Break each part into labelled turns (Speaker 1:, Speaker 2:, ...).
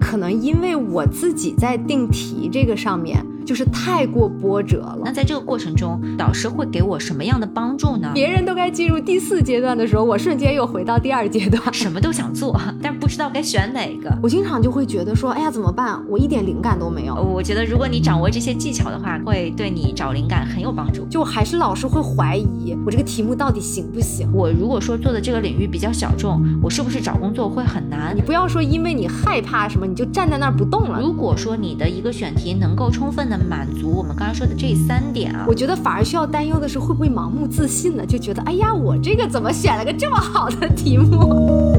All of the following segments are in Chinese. Speaker 1: 可能因为我自己在定题这个上面就是太过波折了
Speaker 2: 那。在这个过程中，导师会给我什么样的帮助呢？
Speaker 1: 别人都该进入第四阶段的时候，我瞬间又回到第二阶段。
Speaker 2: 什么都想做，但不知道该选哪个。
Speaker 1: 我经常就会觉得说，哎呀，怎么办？我一点灵感都没有。
Speaker 2: 我觉得如果你掌握这些技巧的话，会对你找灵感很有帮助。
Speaker 1: 就还是老是会怀疑我这个题目到底行不行。
Speaker 2: 我如果说做的这个领域比较小众，我是不是找工作会很难
Speaker 1: 你？不要说因为你害怕什么，你就站在那儿不动了。
Speaker 2: 如果说你的一个选题能够充分的满足我们刚刚说的这三点啊，
Speaker 1: 我觉得反而需要担忧的是，会不会盲目自信呢？就觉得哎呀，我这个怎么选了个这么好的题目？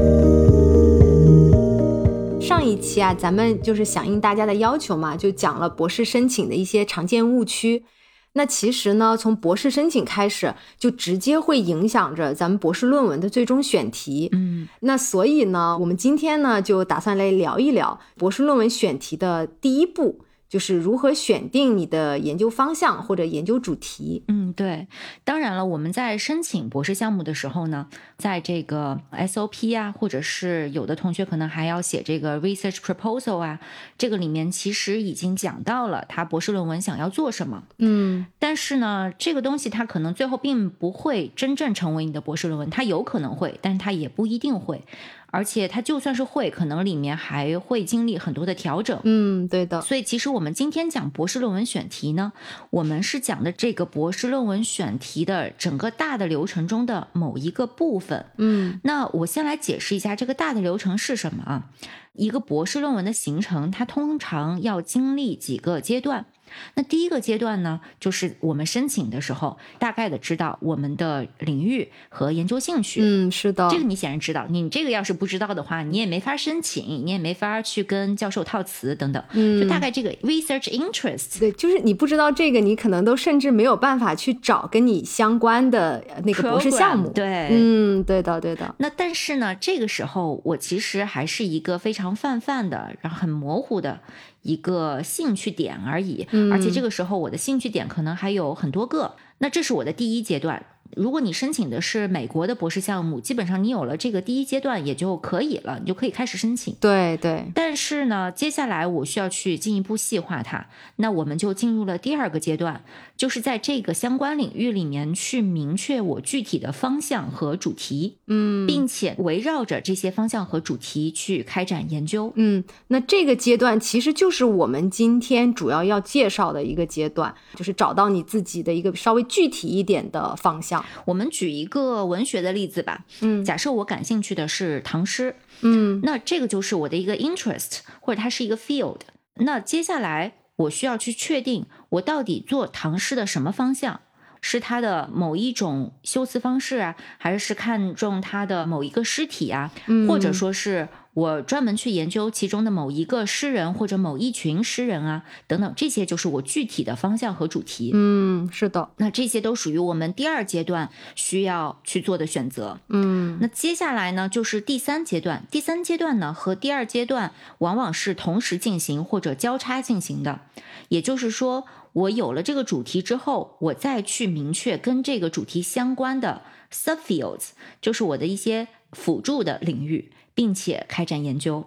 Speaker 1: 上一期啊，咱们就是响应大家的要求嘛，就讲了博士申请的一些常见误区。那其实呢，从博士申请开始，就直接会影响着咱们博士论文的最终选题。
Speaker 2: 嗯，
Speaker 1: 那所以呢，我们今天呢就打算来聊一聊博士论文选题的第一步，就是如何选定你的研究方向或者研究主题。
Speaker 2: 嗯，对，当然了，我们在申请博士项目的时候呢，在这个 SOP 啊，或者是有的同学可能还要写这个 research proposal 啊，这个里面其实已经讲到了他博士论文想要做什么，
Speaker 1: 嗯，
Speaker 2: 但是呢，这个东西它可能最后并不会真正成为你的博士论文，它有可能会，但是它也不一定会，而且它就算是会，可能里面还会经历很多的调整。
Speaker 1: 嗯，对的，
Speaker 2: 所以，其实我们今天讲博士论文选题呢，我们是讲的这个博士论文选题的整个大的流程中的某一个部分。
Speaker 1: 嗯
Speaker 2: 那我先来解释一下这个大的流程是什么啊？一个博士论文的形成，它通常要经历几个阶段。那第一个阶段呢，就是我们申请的时候，大概的知道我们的领域和研究兴趣。
Speaker 1: 嗯，是的
Speaker 2: 这，个你显然知道，你这个要是不知道的话，你也没法申请，你也没法去跟教授套词等等。
Speaker 1: 嗯
Speaker 2: 就大概这个 research interest
Speaker 1: 对，就是你不知道这个，你可能都甚至没有办法去找跟你相关的呃那个博士项
Speaker 2: program，
Speaker 1: 目。
Speaker 2: 对，
Speaker 1: 嗯，对的，对的，
Speaker 2: 那但是呢，这个时候我其实还是一个非常泛泛的，然后很模糊的一个兴趣点而已。而
Speaker 1: 嗯
Speaker 2: 且这个时候我的兴趣点可能还有很多个。那这是我的第一阶段。如果你申请的是美国的博士项目，基本上你有了这个第一阶段也就可以了，你就可以开始申请。
Speaker 1: 对对，
Speaker 2: 但是呢，接下来我需要去进一步细化它。那我们就进入了第二个阶段，就是在这个相关领域里面去明确我具体的方向和主题，
Speaker 1: 嗯
Speaker 2: 并且围绕着这些方向和主题去开展研究。
Speaker 1: 嗯，那这个阶段其实就是我们今天主要要介绍的一个阶段，就是找到你自己的一个稍微具体一点的方向。
Speaker 2: 我们举一个文学的例子吧，
Speaker 1: 嗯
Speaker 2: 假设我感兴趣的是唐诗，
Speaker 1: 嗯
Speaker 2: 那这个就是我的一个 interest，或者它是一个 field。那接下来我需要去确定我到底做唐诗的什么方向，是它的某一种修辞方式啊，还是是看重它的某一个诗体啊，
Speaker 1: 嗯
Speaker 2: 或者说是我专门去研究其中的某一个诗人或者某一群诗人啊，等等，这些就是我具体的方向和主题。
Speaker 1: 嗯，是的，
Speaker 2: 那这些都属于我们第二阶段需要去做的选择。
Speaker 1: 嗯
Speaker 2: 那接下来呢，就是第三阶段。第三阶段呢和第二阶段往往是同时进行或者交叉进行的，也就是说，我有了这个主题之后，我再去明确跟这个主题相关的 subfields，就是我的一些辅助的领域，并且开展研究。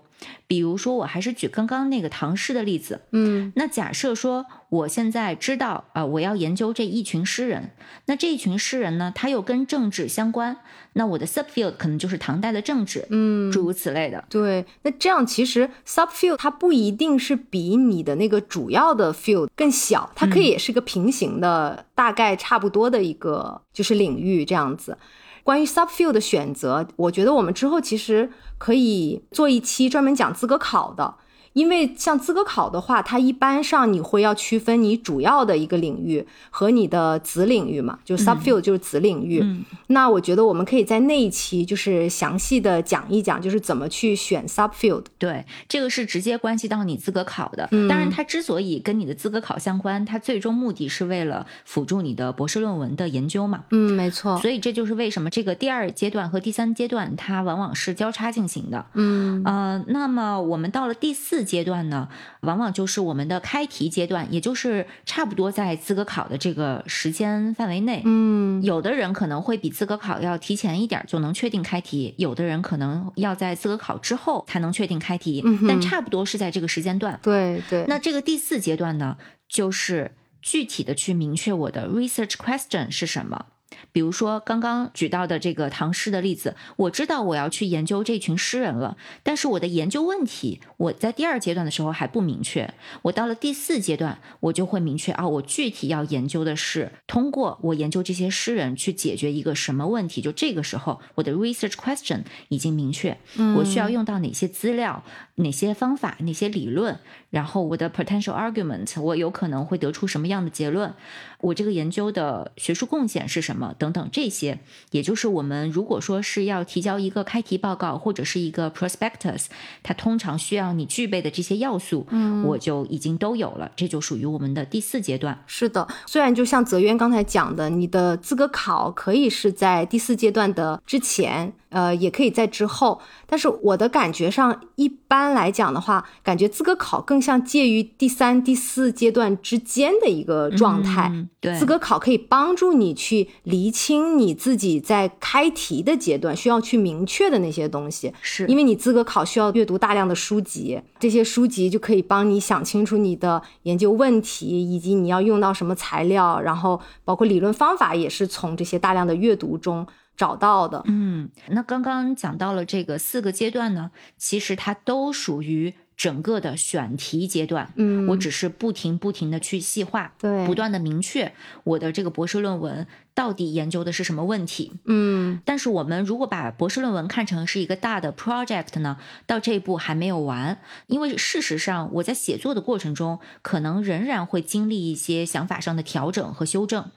Speaker 2: 比如说，我还是举刚刚那个唐诗的例子，
Speaker 1: 嗯
Speaker 2: 那假设说我现在知道啊、呃我要研究这一群诗人，那这一群诗人呢，他又跟政治相关，那我的 subfield 可能就是唐代的政治，
Speaker 1: 嗯，
Speaker 2: 诸如此类的。
Speaker 1: 对，那这样其实 subfield 它不一定是比你的那个主要的 field 更小，它可以也是个平行的，大概差不多的一个就是领域这样子。关于 subfield 的选择，我觉得我们之后其实可以做一期专门讲资格考的。因为像资格考的话，它一般上你会要区分你主要的一个领域和你的子领域嘛，就 subfield 就是子领域。
Speaker 2: 嗯
Speaker 1: 那我觉得我们可以在那一期就是详细的讲一讲，就是怎么去选 subfield。
Speaker 2: 对，这个是直接关系到你资格考的。
Speaker 1: 嗯
Speaker 2: 当然，它之所以跟你的资格考相关，它最终目的是为了辅助你的博士论文的研究嘛。
Speaker 1: 嗯，没错。
Speaker 2: 所以这就是为什么这个第二阶段和第三阶段它往往是交叉进行的。
Speaker 1: 嗯
Speaker 2: 呃，那么我们到了第四次阶段呢，往往就是我们的开题阶段，也就是差不多在资格考的这个时间范围内。
Speaker 1: 嗯，
Speaker 2: 有的人可能会比资格考要提前一点就能确定开题，有的人可能要在资格考之后才能确定开题，
Speaker 1: 嗯哼
Speaker 2: 但差不多是在这个时间段。
Speaker 1: 对对，
Speaker 2: 那这个第四阶段呢，就是具体的去明确我的 research question 是什么。比如说刚刚举到的这个唐诗的例子，我知道我要去研究这群诗人了，但是我的研究问题，我在第二阶段的时候还不明确，我到了第四阶段，我就会明确啊，我具体要研究的是通过我研究这些诗人去解决一个什么问题，就这个时候我的 research question 已经明确，我需要用到哪些资料、哪些方法、哪些理论，然后我的 potential argument，我有可能会得出什么样的结论，我这个研究的学术贡献是什么等等这些，也就是我们如果说是要提交一个开题报告或者是一个 prospectus，它通常需要你具备的这些要素，嗯，我就已经都有了，这就属于我们的第四阶段。
Speaker 1: 是的，虽然就像泽渊刚才讲的，你的资格考可以是在第四阶段的之前，呃，也可以在之后，但是我的感觉上，一般来讲的话，感觉资格考更像介于第三、第四阶段之间的一个状态。
Speaker 2: 嗯，对，
Speaker 1: 资格考可以帮助你去厘清你自己在开题的阶段需要去明确的那些东西，
Speaker 2: 是
Speaker 1: 因为你资格考需要阅读大量的书籍，这些书籍就可以帮你想清楚你的研究问题，以及你要用到什么材料，然后包括理论方法也是从这些大量的阅读中找到的。
Speaker 2: 嗯，那刚刚讲到了这个四个阶段呢，其实它都属于整个的选题阶段。
Speaker 1: 嗯
Speaker 2: 我只是不停不停的去细化，
Speaker 1: 对
Speaker 2: 不断的明确我的这个博士论文到底研究的是什么问题。
Speaker 1: 嗯
Speaker 2: 但是我们如果把博士论文看成是一个大的 project 呢，到这一步还没有完，因为事实上我在写作的过程中，可能仍然会经历一些想法上的调整和修正。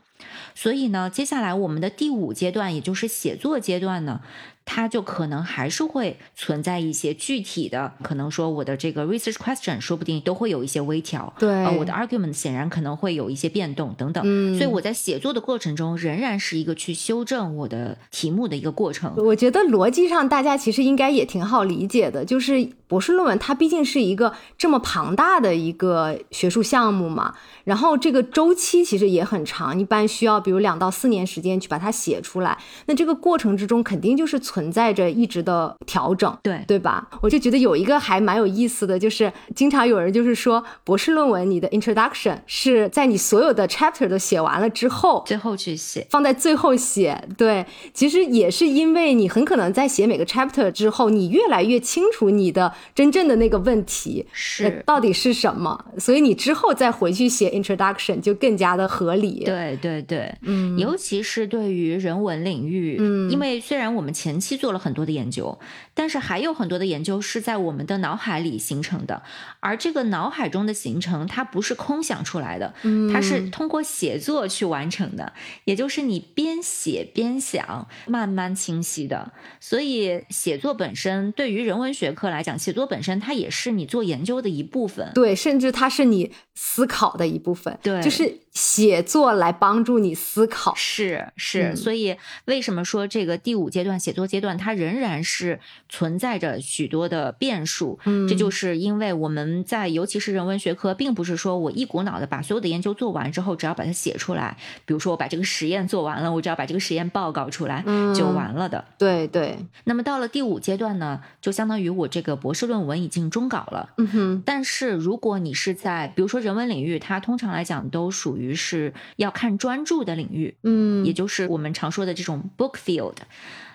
Speaker 2: 所以呢，接下来我们的第五阶段，也就是写作阶段呢，它就可能还是会存在一些具体的，可能说我的这个 research question 说不定都会有一些微调，
Speaker 1: 对
Speaker 2: 呃，我的 argument 显然可能会有一些变动等等。
Speaker 1: 嗯，
Speaker 2: 所以我在写作的过程中，仍然是一个去修正我的题目的一个过程。
Speaker 1: 我觉得逻辑上大家其实应该也挺好理解的，就是博士论文它毕竟是一个这么庞大的一个学术项目嘛，然后这个周期其实也很长，一般需要比如两到四年时间去把它写出来。那这个过程之中肯定就是存在着一直的调整。
Speaker 2: 对
Speaker 1: 对吧？我就觉得有一个还蛮有意思的，就是经常有人就是说，博士论文你的 introduction 是在你所有的 chapter 都写完了之后，
Speaker 2: 最后去写，
Speaker 1: 放在最后写。对，其实也是因为你很可能在写每个 chapter 之后，你越来越清楚你的真正的那个问题呃
Speaker 2: 是
Speaker 1: 到底是什么，所以你之后再回去写 introduction 就更加的合理。，
Speaker 2: 对对对，
Speaker 1: 嗯，
Speaker 2: 尤其是对于人文领域，
Speaker 1: 嗯
Speaker 2: 因为虽然我们前期做了很多的研究，但是还有很多的研究是在我们的脑海里形成的，而这个脑海中的形成，它不是空想出来的，
Speaker 1: 嗯
Speaker 2: 它是通过写作去完成的，也就是你边写边想，慢慢清晰的。所以，写作本身对于人文学科来讲，写作本身它也是你做研究的一部分。
Speaker 1: 对，甚至它是你思考的一部分，
Speaker 2: 对
Speaker 1: 就是写作来帮助你思考。
Speaker 2: 是是，
Speaker 1: 嗯
Speaker 2: 所以为什么说这个第五阶段写作阶段，它仍然是存在着许多的变数？
Speaker 1: 嗯
Speaker 2: 这就是因为我们在尤其是人文学科，并不是说我一股脑的把所有的研究做完之后，只要把它写出来。比如说我把这个实验做完了，我只要把这个实验报告出来、
Speaker 1: 嗯
Speaker 2: 就完了的。
Speaker 1: 对对，
Speaker 2: 那么到了第五阶段呢，就相当于我这个博士论文已经终稿了。
Speaker 1: 嗯哼，
Speaker 2: 但是如果你是在比如说人文领域，它通常来讲都属于是要看专注的领域，也
Speaker 1: 嗯，
Speaker 2: 就是我们常说的这种 book field。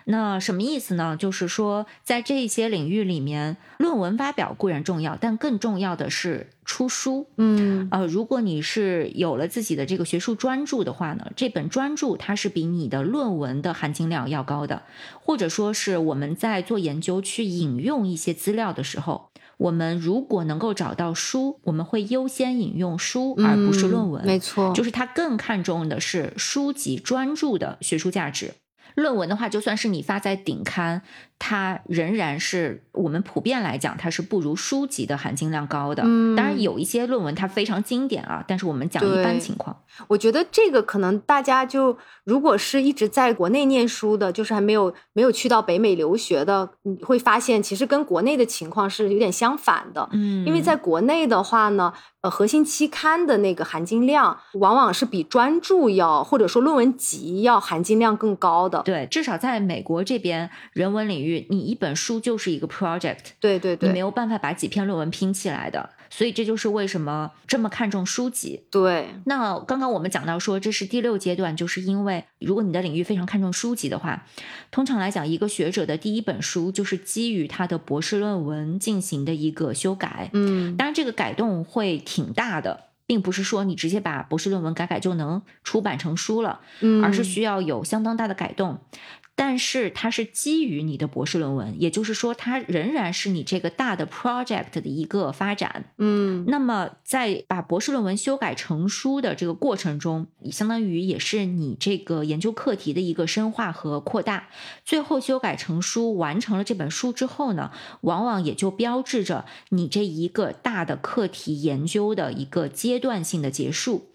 Speaker 2: 那什么意思呢？就是说，在这些领域里面，论文发表固然重要，但更重要的是出书。
Speaker 1: 嗯，
Speaker 2: 呃，如果你是有了自己的这个学术专注的话呢，这本专著它是比你的论文的含金量要高的，或者说是我们在做研究去引用一些资料的时候，我们如果能够找到书，我们会优先引用书，而不是论
Speaker 1: 嗯
Speaker 2: 文。
Speaker 1: 没错，
Speaker 2: 就是他更看重的是书籍专注的学术价值。论文的话，就算是你发在顶刊，它仍然是我们普遍来讲，它是不如书籍的含金量高的。
Speaker 1: 嗯
Speaker 2: 当然有一些论文它非常经典啊，但是我们讲一般
Speaker 1: 对嗯
Speaker 2: 情况，
Speaker 1: 我觉得这个可能大家就如果是一直在国内念书的，就是还没有没有去到北美留学的，你会发现其实跟国内的情况是有点相反的。
Speaker 2: 嗯
Speaker 1: 因为在国内的话呢，呃，核心期刊的那个含金量往往是比专著要或者说论文集要含金量更高的。
Speaker 2: 对，至少在美国这边人文领域，你一本书就是一个 project，
Speaker 1: 对对
Speaker 2: 你没
Speaker 1: 对
Speaker 2: 有办法把几篇论文拼起来的。所以这就是为什么这么看重书籍。
Speaker 1: 对，
Speaker 2: 那刚刚我们讲到说，这是第六阶段，就是因为如果你的领域非常看重书籍的话，通常来讲，一个学者的第一本书就是基于他的博士论文进行的一个修改。
Speaker 1: 嗯，
Speaker 2: 当然，这个改动会挺大的，并不是说你直接把博士论文改改就能出版成书了。
Speaker 1: 嗯
Speaker 2: 而是需要有相当大的改动。但是它是基于你的博士论文，也就是说，它仍然是你这个大的 project 的一个发展。
Speaker 1: 嗯
Speaker 2: 那么，在把博士论文修改成书的这个过程中，相当于也是你这个研究课题的一个深化和扩大。最后修改成书，完成了这本书之后呢，往往也就标志着你这一个大的课题研究的一个阶段性的结束。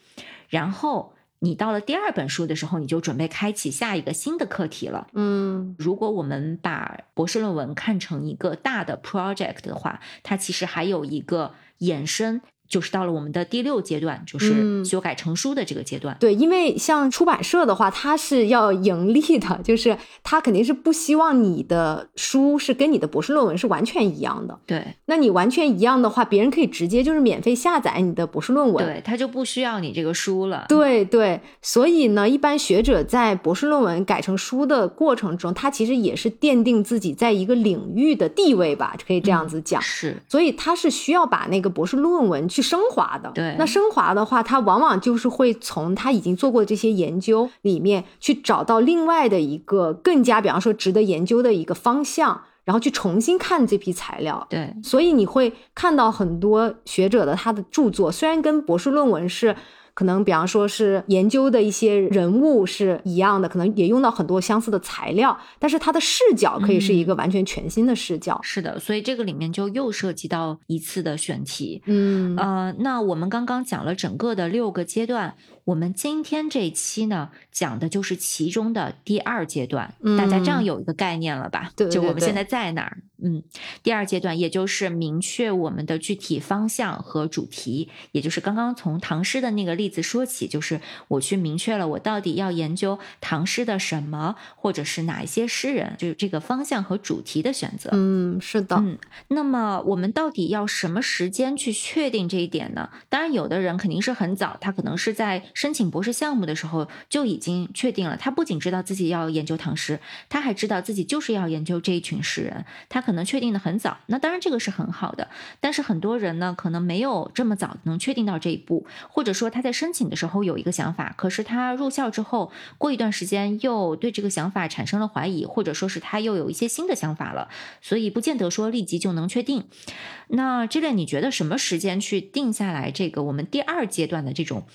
Speaker 2: 然后你到了第二本书的时候，你就准备开启下一个新的课题了。
Speaker 1: 嗯
Speaker 2: 如果我们把博士论文看成一个大的 project 的话，它其实还有一个衍生，就是到了我们的第六阶段，就是
Speaker 1: 嗯
Speaker 2: 修改成书的这个阶段。
Speaker 1: 对，因为像出版社的话，它是要盈利的，就是它肯定是不希望你的书是跟你的博士论文是完全一样的。
Speaker 2: 对
Speaker 1: 那你完全一样的话，别人可以直接就是免费下载你的博士论文。
Speaker 2: 对，它就不需要你这个书了。
Speaker 1: 对对，所以呢，一般学者在博士论文改成书的过程中，他其实也是奠定自己在一个领域的地位吧，可以这样子讲。
Speaker 2: 是，
Speaker 1: 所以他是需要把那个博士论文去升华的。
Speaker 2: 对
Speaker 1: 那升华的话，他往往就是会从他已经做过的这些研究里面去找到另外的一个更加，比方说值得研究的一个方向，然后去重新看这批材料。
Speaker 2: 对
Speaker 1: 所以你会看到很多学者的他的著作，虽然跟博士论文是可能，比方说是研究的一些人物是一样的，可能也用到很多相似的材料，但是他的视角可以
Speaker 2: 嗯
Speaker 1: 是一个完全全新的视角。
Speaker 2: 是的，所以这个里面就又涉及到一次的选题。
Speaker 1: 嗯
Speaker 2: 呃，那我们刚刚讲了整个的六个阶段，我们今天这一期呢讲的就是其中的第二阶段，大家这样
Speaker 1: 嗯
Speaker 2: 有一个概念了吧？
Speaker 1: 对对
Speaker 2: 就我
Speaker 1: 对
Speaker 2: 们现
Speaker 1: 对
Speaker 2: 在在哪儿？嗯，第二阶段也就是明确我们的具体方向和主题，也就是刚刚从唐诗的那个例子说起，就是我去明确了我到底要研究唐诗的什么，或者是哪一些诗人，就是这个方向和主题的选择。
Speaker 1: 嗯，是的，
Speaker 2: 嗯那么我们到底要什么时间去确定这一点呢？当然，有的人肯定是很早，他可能是在申请博士项目的时候就已经确定了。他不仅知道自己要研究唐诗，他还知道自己就是要研究这一群诗人。他可能确定的很早，那当然这个是很好的。但是很多人呢，可能没有这么早能确定到这一步，或者说他在申请的时候有一个想法，可是他入校之后过一段时间又对这个想法产生了怀疑，或者说是他又有一些新的想法了。所以不见得说立即就能确定。那这类你觉得什么时间去定下来这个我们第二阶段的这种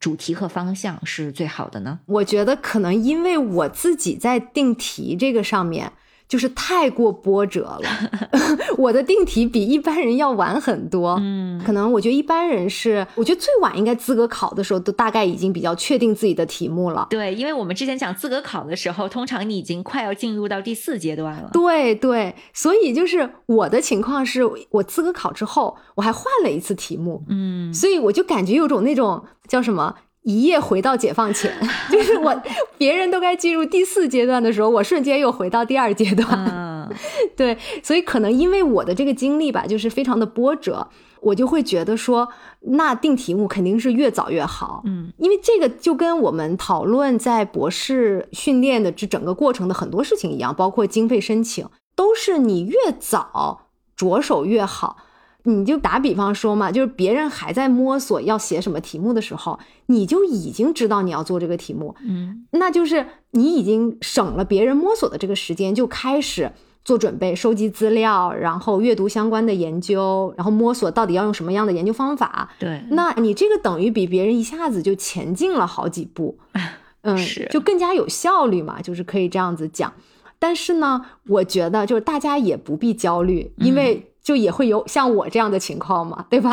Speaker 2: 主题和方向是最好的呢？
Speaker 1: 我觉得可能因为我自己在定题这个上面。就是太过波折了， 我的定题比一般人要晚很多。
Speaker 2: 嗯，
Speaker 1: 可能我觉得一般人是，我觉得最晚应该资格考的时候都大概已经比较确定自己的题目了。
Speaker 2: 对，因为我们之前讲资格考的时候，通常你已经快要进入到第四阶段了。
Speaker 1: 对对，所以就是我的情况是我资格考之后，我还换了一次题目，
Speaker 2: 嗯，
Speaker 1: 所以我就感觉有种那种叫什么。一夜回到解放前， 就是我，别人都该进入第四阶段的时候，我瞬间又回到第二阶段。
Speaker 2: 嗯，
Speaker 1: 对， 所以可能因为我的这个经历吧，就是非常的波折，我就会觉得说，那定题目肯定是越早越好。
Speaker 2: 嗯，
Speaker 1: 因为这个就跟我们讨论在博士训练的这整个过程的很多事情一样，包括经费申请，都是你越早着手越好。你就打比方说嘛，就是别人还在摸索要写什么题目的时候，你就已经知道你要做这个题目，
Speaker 2: 嗯，
Speaker 1: 那就是你已经省了别人摸索的这个时间，就开始做准备、收集资料，然后阅读相关的研究，然后摸索到底要用什么样的研究方法。
Speaker 2: 对，
Speaker 1: 那你这个等于比别人一下子就前 进了好几步，嗯
Speaker 2: 是，
Speaker 1: 就更加有效率嘛，就是可以这样子讲。但是呢，我觉得就是大家也不必焦虑，因
Speaker 2: 嗯
Speaker 1: 为就也会有像我这样的情况嘛，对吧？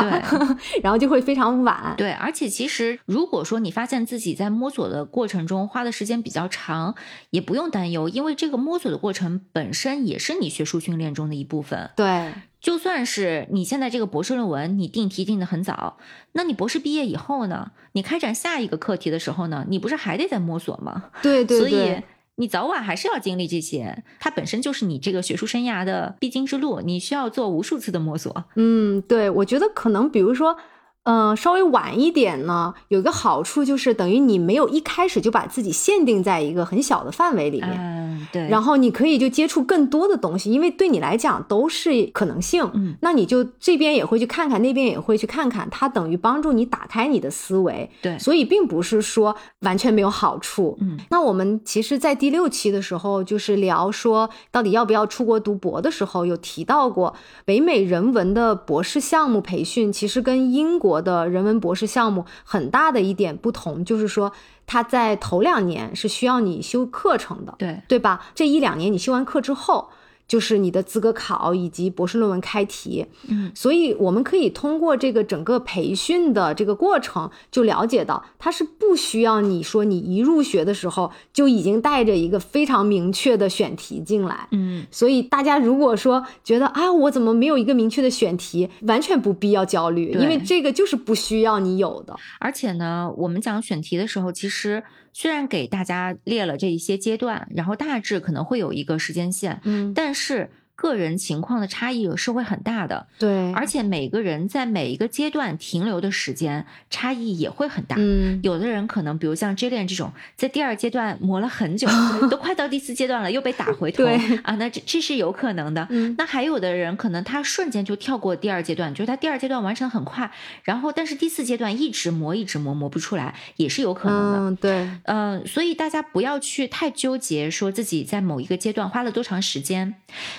Speaker 2: 对
Speaker 1: 然后就会非常晚。
Speaker 2: 对，而且其实如果说你发现自己在摸索的过程中花的时间比较长，也不用担忧，因为这个摸索的过程本身也是你学术训练中的一部分。
Speaker 1: 对，
Speaker 2: 就算是你现在这个博士论文，你定题定得很早，那你博士毕业以后呢？你开展下一个课题的时候呢，你不是还得再摸索吗？
Speaker 1: 对对对。
Speaker 2: 所以你早晚还是要经历这些，它本身就是你这个学术生涯的必经之路，你需要做无数次的摸索。
Speaker 1: 嗯，对，我觉得可能比如说，呃，稍微晚一点呢，有一个好处就是等于你没有一开始就把自己限定在一个很小的范围里面，
Speaker 2: 嗯，对。
Speaker 1: 然后你可以就接触更多的东西，因为对你来讲都是可能性。
Speaker 2: 嗯
Speaker 1: 那你就这边也会去看看，那边也会去看看，它等于帮助你打开你的思维，
Speaker 2: 对，
Speaker 1: 所以并不是说完全没有好处。
Speaker 2: 嗯
Speaker 1: 那我们其实，在第六期的时候，就是聊说到底要不要出国读博的时候，有提到过北美人文的博士项目培训，其实跟英国的人文博士项目很大的一点不同，就是说它在头两年是需要你修课程的，
Speaker 2: 对，
Speaker 1: 对吧？这一两年你修完课之后。就是你的资格考以及博士论文开题，
Speaker 2: 嗯，
Speaker 1: 所以我们可以通过这个整个培训的这个过程，就了解到它是不需要你说你一入学的时候就已经带着一个非常明确的选题进来。
Speaker 2: 嗯，
Speaker 1: 所以大家如果说觉得啊，我怎么没有一个明确的选题，完全不必要焦虑，
Speaker 2: 对
Speaker 1: 因为这个就是不需要你有的。
Speaker 2: 而且呢，我们讲选题的时候，其实虽然给大家列了这一些阶段，然后大致可能会有一个时间线，
Speaker 1: 嗯，
Speaker 2: 但是个人情况的差异是会很大的，
Speaker 1: 对，嗯
Speaker 2: 而且每个人在每一个阶段停留的时间差异也会很大。
Speaker 1: 嗯，
Speaker 2: 有的人可能，比如像 Jillian 这种，在第二阶段磨了很 久，都快到第四阶段了，又被打回头
Speaker 1: 对
Speaker 2: 啊，那这这是有可能的。
Speaker 1: 嗯
Speaker 2: 那还有的人可能他瞬间就跳过第二阶段，就是他第二阶段完成很快，然后但是第四阶段一直磨一直磨磨不出来，也是有可能的。嗯
Speaker 1: 嗯，对，
Speaker 2: 所以大家不要去太纠结，说自己在某一个阶段花了多长时间。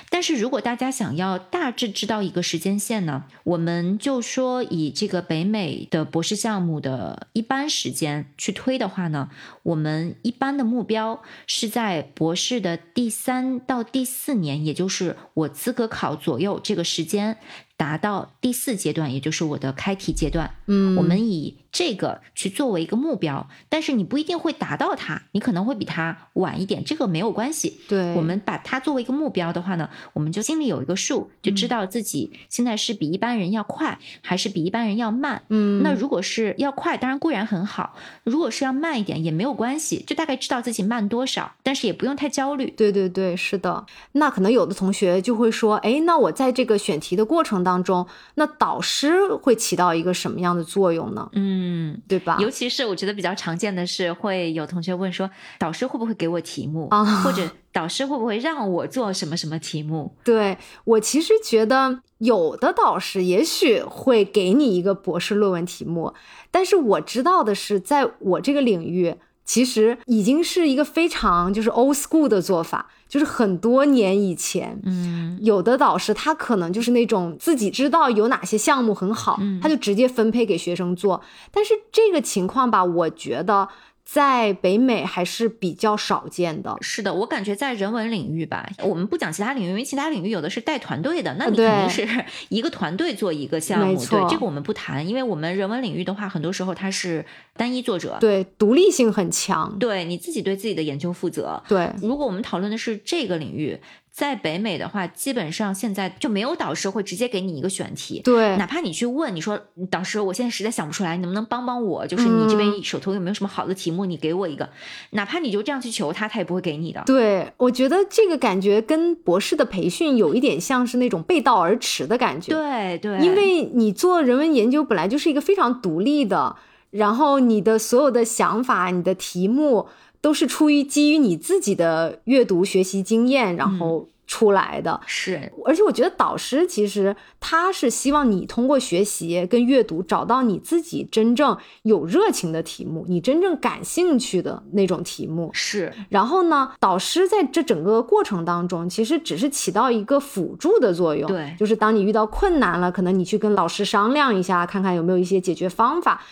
Speaker 2: 但是如果大家想要大致知道一个时间线呢，我们就说以这个北美的博士项目的一般时间去推的话呢，我们一般的目标是在博士的第三到第四年，也就是我资格考左右这个时间，达到第四阶段，也就是我的开题阶段。
Speaker 1: 嗯，
Speaker 2: 我们以这个去作为一个目标，但是你不一定会达到它，你可能会比它晚一点，这个没有关系。
Speaker 1: 对，
Speaker 2: 我们把它作为一个目标的话呢，我们就心里有一个数，就知道自己现在是比一般人要快，还是比一般人要慢。
Speaker 1: 嗯，
Speaker 2: 那如果是要快，当然固然很好；如果是要慢一点也没有关系，就大概知道自己慢多少，但是也不用太焦虑。
Speaker 1: 对对对，是的。那可能有的同学就会说，哎，那我在这个选题的过程当中，那导师会起到一个什么样的作用呢？
Speaker 2: 嗯，
Speaker 1: 对吧？
Speaker 2: 尤其是我觉得比较常见的是，会有同学问说，导师会不会给我题目，
Speaker 1: 啊
Speaker 2: 或者导师会不会让我做什么什么题目？
Speaker 1: 对我其实觉得，有的导师也许会给你一个博士论文题目，但是我知道的是，在我这个领域，其实已经是一个非常就是 old school 的做法，就是很多年以前，
Speaker 2: 嗯，
Speaker 1: 有的导师他可能就是那种自己知道有哪些项目很好，
Speaker 2: 嗯
Speaker 1: 他就直接分配给学生做。但是这个情况吧，我觉得在北美还是比较少见的。
Speaker 2: 是的，我感觉在人文领域吧，我们不讲其他领域，因为其他领域有的是带团队的，那你
Speaker 1: 对
Speaker 2: 肯定是 一个团队做一个项
Speaker 1: 没
Speaker 2: 目，
Speaker 1: 错
Speaker 2: 对这个我们不谈，因为我们人文领域的话，很多时候它是单一作者，
Speaker 1: 对，独立性很强。
Speaker 2: 对你自己对自己的研究负责，
Speaker 1: 对，
Speaker 2: 如果我们讨论的是这个领域，在北美的话，基本上现在就没有导师会直接给你一个选题。
Speaker 1: 对，
Speaker 2: 哪怕你去问，你说导师，我现在实在想不出来，你能不能帮帮我？就是你
Speaker 1: 嗯
Speaker 2: 这边手头有没有什么好的题目，你给我一个。哪怕你就这样去求他，他也不会给你的。
Speaker 1: 对，我觉得这个感觉跟博士的培训有一点像是那种背道而驰的感觉。
Speaker 2: 对对，
Speaker 1: 因为你做人文研究本来就是一个非常独立的，然后你的所有的想法、你的题目都是出于基于你自己的阅读学习经验，然后出来的。
Speaker 2: 是
Speaker 1: 而且我觉得导师其实他是希望你通过学习跟阅读找到你自己真正有热情的题目，你真正感兴趣的那种题目。
Speaker 2: 是，
Speaker 1: 然后呢，导师在这整个过程当中，其实只是起到一个辅助的作用。
Speaker 2: 对
Speaker 1: 就是当你遇到困难了，可能你去跟老师商量一下，看看有没有一些解决方法。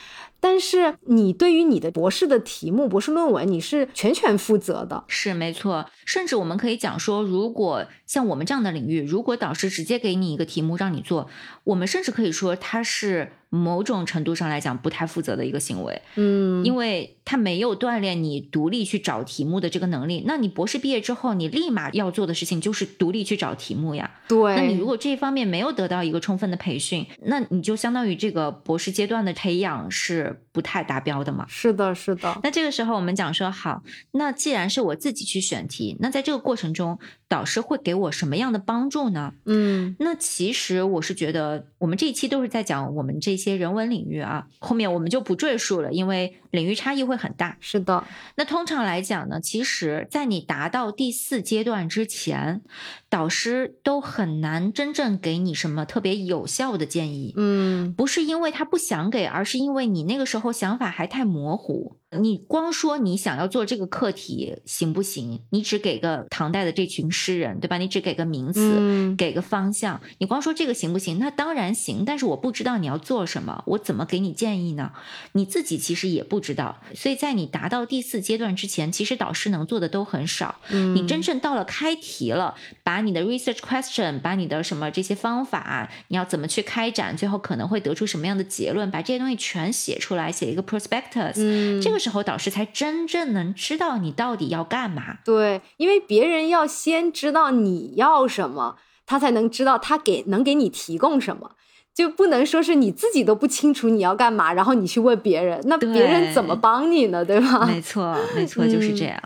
Speaker 1: 但是你对于你的博士的题目、博士论文，你是全权负责的。
Speaker 2: 是没错，甚至我们可以讲说，如果像我们这样的领域，如果导师直接给你一个题目让你做，我们甚至可以说他是某种程度上来讲不太负责的一个行为，
Speaker 1: 嗯，
Speaker 2: 因为他没有锻炼你独立去找题目的这个能力。那你博士毕业之后，你立马要做的事情就是独立去找题目呀。
Speaker 1: 对。
Speaker 2: 那你如果这一方面没有得到一个充分的培训，那你就相当于这个博士阶段的培养是不太达标的嘛。
Speaker 1: 是的，是的，
Speaker 2: 那这个时候我们讲说好，那既然是我自己去选题，那在这个过程中，导师会给我什么样的帮助呢？
Speaker 1: 嗯
Speaker 2: 那其实我是觉得，我们这一期都是在讲我们这些人文领域啊，后面我们就不赘述了，因为领域差异会很大。
Speaker 1: 是的，
Speaker 2: 那通常来讲呢，其实，在你达到第四阶段之前，导师都很难真正给你什么特别有效的建议。
Speaker 1: 嗯
Speaker 2: 不是因为他不想给，而是因为你那个时候想法还太模糊。你光说你想要做这个课题行不行？你只给个唐代的这群诗人，对吧？你只给个名词，
Speaker 1: 嗯，
Speaker 2: 给个方向。你光说这个行不行？那当然行，但是我不知道你要做什么，我怎么给你建议呢？你自己其实也不知道，所以在你达到第四阶段之前，其实导师能做的都很少。
Speaker 1: 嗯
Speaker 2: 你真正到了开题了，把你的 research question，把你的什么这些方法，你要怎么去开展，最后可能会得出什么样的结论，把这些东西全写出来，写一个 prospectus、
Speaker 1: 嗯
Speaker 2: 这个时候导师才真正能知道你到底要干嘛。
Speaker 1: 对，因为别人要先知道你要什么，他才能知道他给能给你提供什么，就不能说是你自己都不清楚你要干嘛，然后你去问别人，那别人怎么
Speaker 2: 对
Speaker 1: 帮你呢？对 吧？
Speaker 2: 没错，没错，就是这
Speaker 1: 嗯
Speaker 2: 样。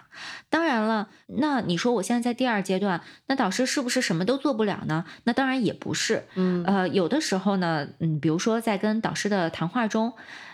Speaker 2: 当然了，那你说我现在在第二阶段，那导师是不是什么都做不了呢？那当然也不是。
Speaker 1: 嗯
Speaker 2: 呃，有的时候呢，嗯，比如说在跟导师的谈话中，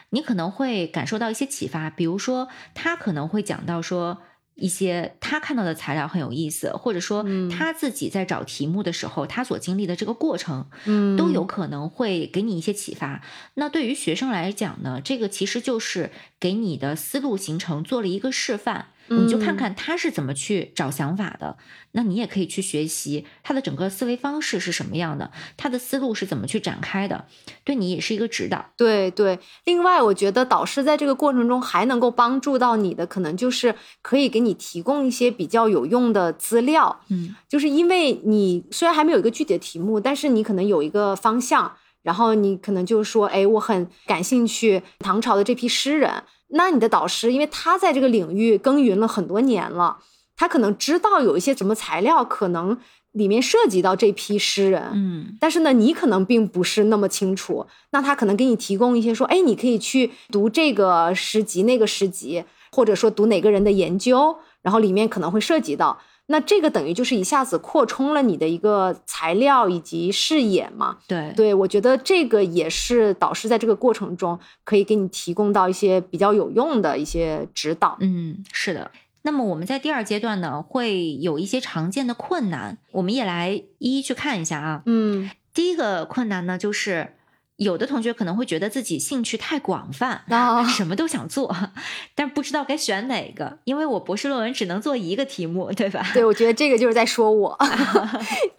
Speaker 2: 你可能会感受到一些启发，比如说他可能会讲到说。一些他看到的材料很有意思，或者说
Speaker 1: 嗯
Speaker 2: 他自己在找题目的时候，他所经历的这个过程，
Speaker 1: 嗯
Speaker 2: 都有可能会给你一些启发。那对于学生来讲呢，这个其实就是给你的思路形成做了一个示范，你就看
Speaker 1: 嗯
Speaker 2: 看他是怎么去找想法的。那你也可以去学习他的整个思维方式是什么样的，他的思路是怎么去展开的，对你也是一个指导。
Speaker 1: 对对，另外我觉得导师在这个过程中还能够帮助到你的，可能就是可以给你提供一些比较有用的资料，
Speaker 2: 嗯，
Speaker 1: 就是因为你虽然还没有一个具体的题目，但是你可能有一个方向，然后你可能就说，哎，我很感兴趣唐朝的这批诗人。那你的导师，因为他在这个领域耕耘了很多年了，他可能知道有一些什么材料可能里面涉及到这批诗人，
Speaker 2: 嗯，
Speaker 1: 但是呢，你可能并不是那么清楚，那他可能给你提供一些说，哎，你可以去读这个诗集、那个诗集，或者说读哪个人的研究，然后里面可能会涉及到。那这个等于就是一下子扩充了你的一个材料以及视野嘛。
Speaker 2: 对，
Speaker 1: 对，我觉得这个也是导师在这个过程中可以给你提供到一些比较有用的一些指导。
Speaker 2: 嗯，是的。那么我们在第二阶段呢，会有一些常见的困难，我们也来一一去看一下啊。
Speaker 1: 嗯
Speaker 2: 第一个困难呢，就是有的同学可能会觉得自己兴趣太广泛，
Speaker 1: 啊
Speaker 2: 什么都想做， 但不知道该选哪个，因为我博士论文只能做一个题目，对 吧？
Speaker 1: 对，我觉得这个就是在说我，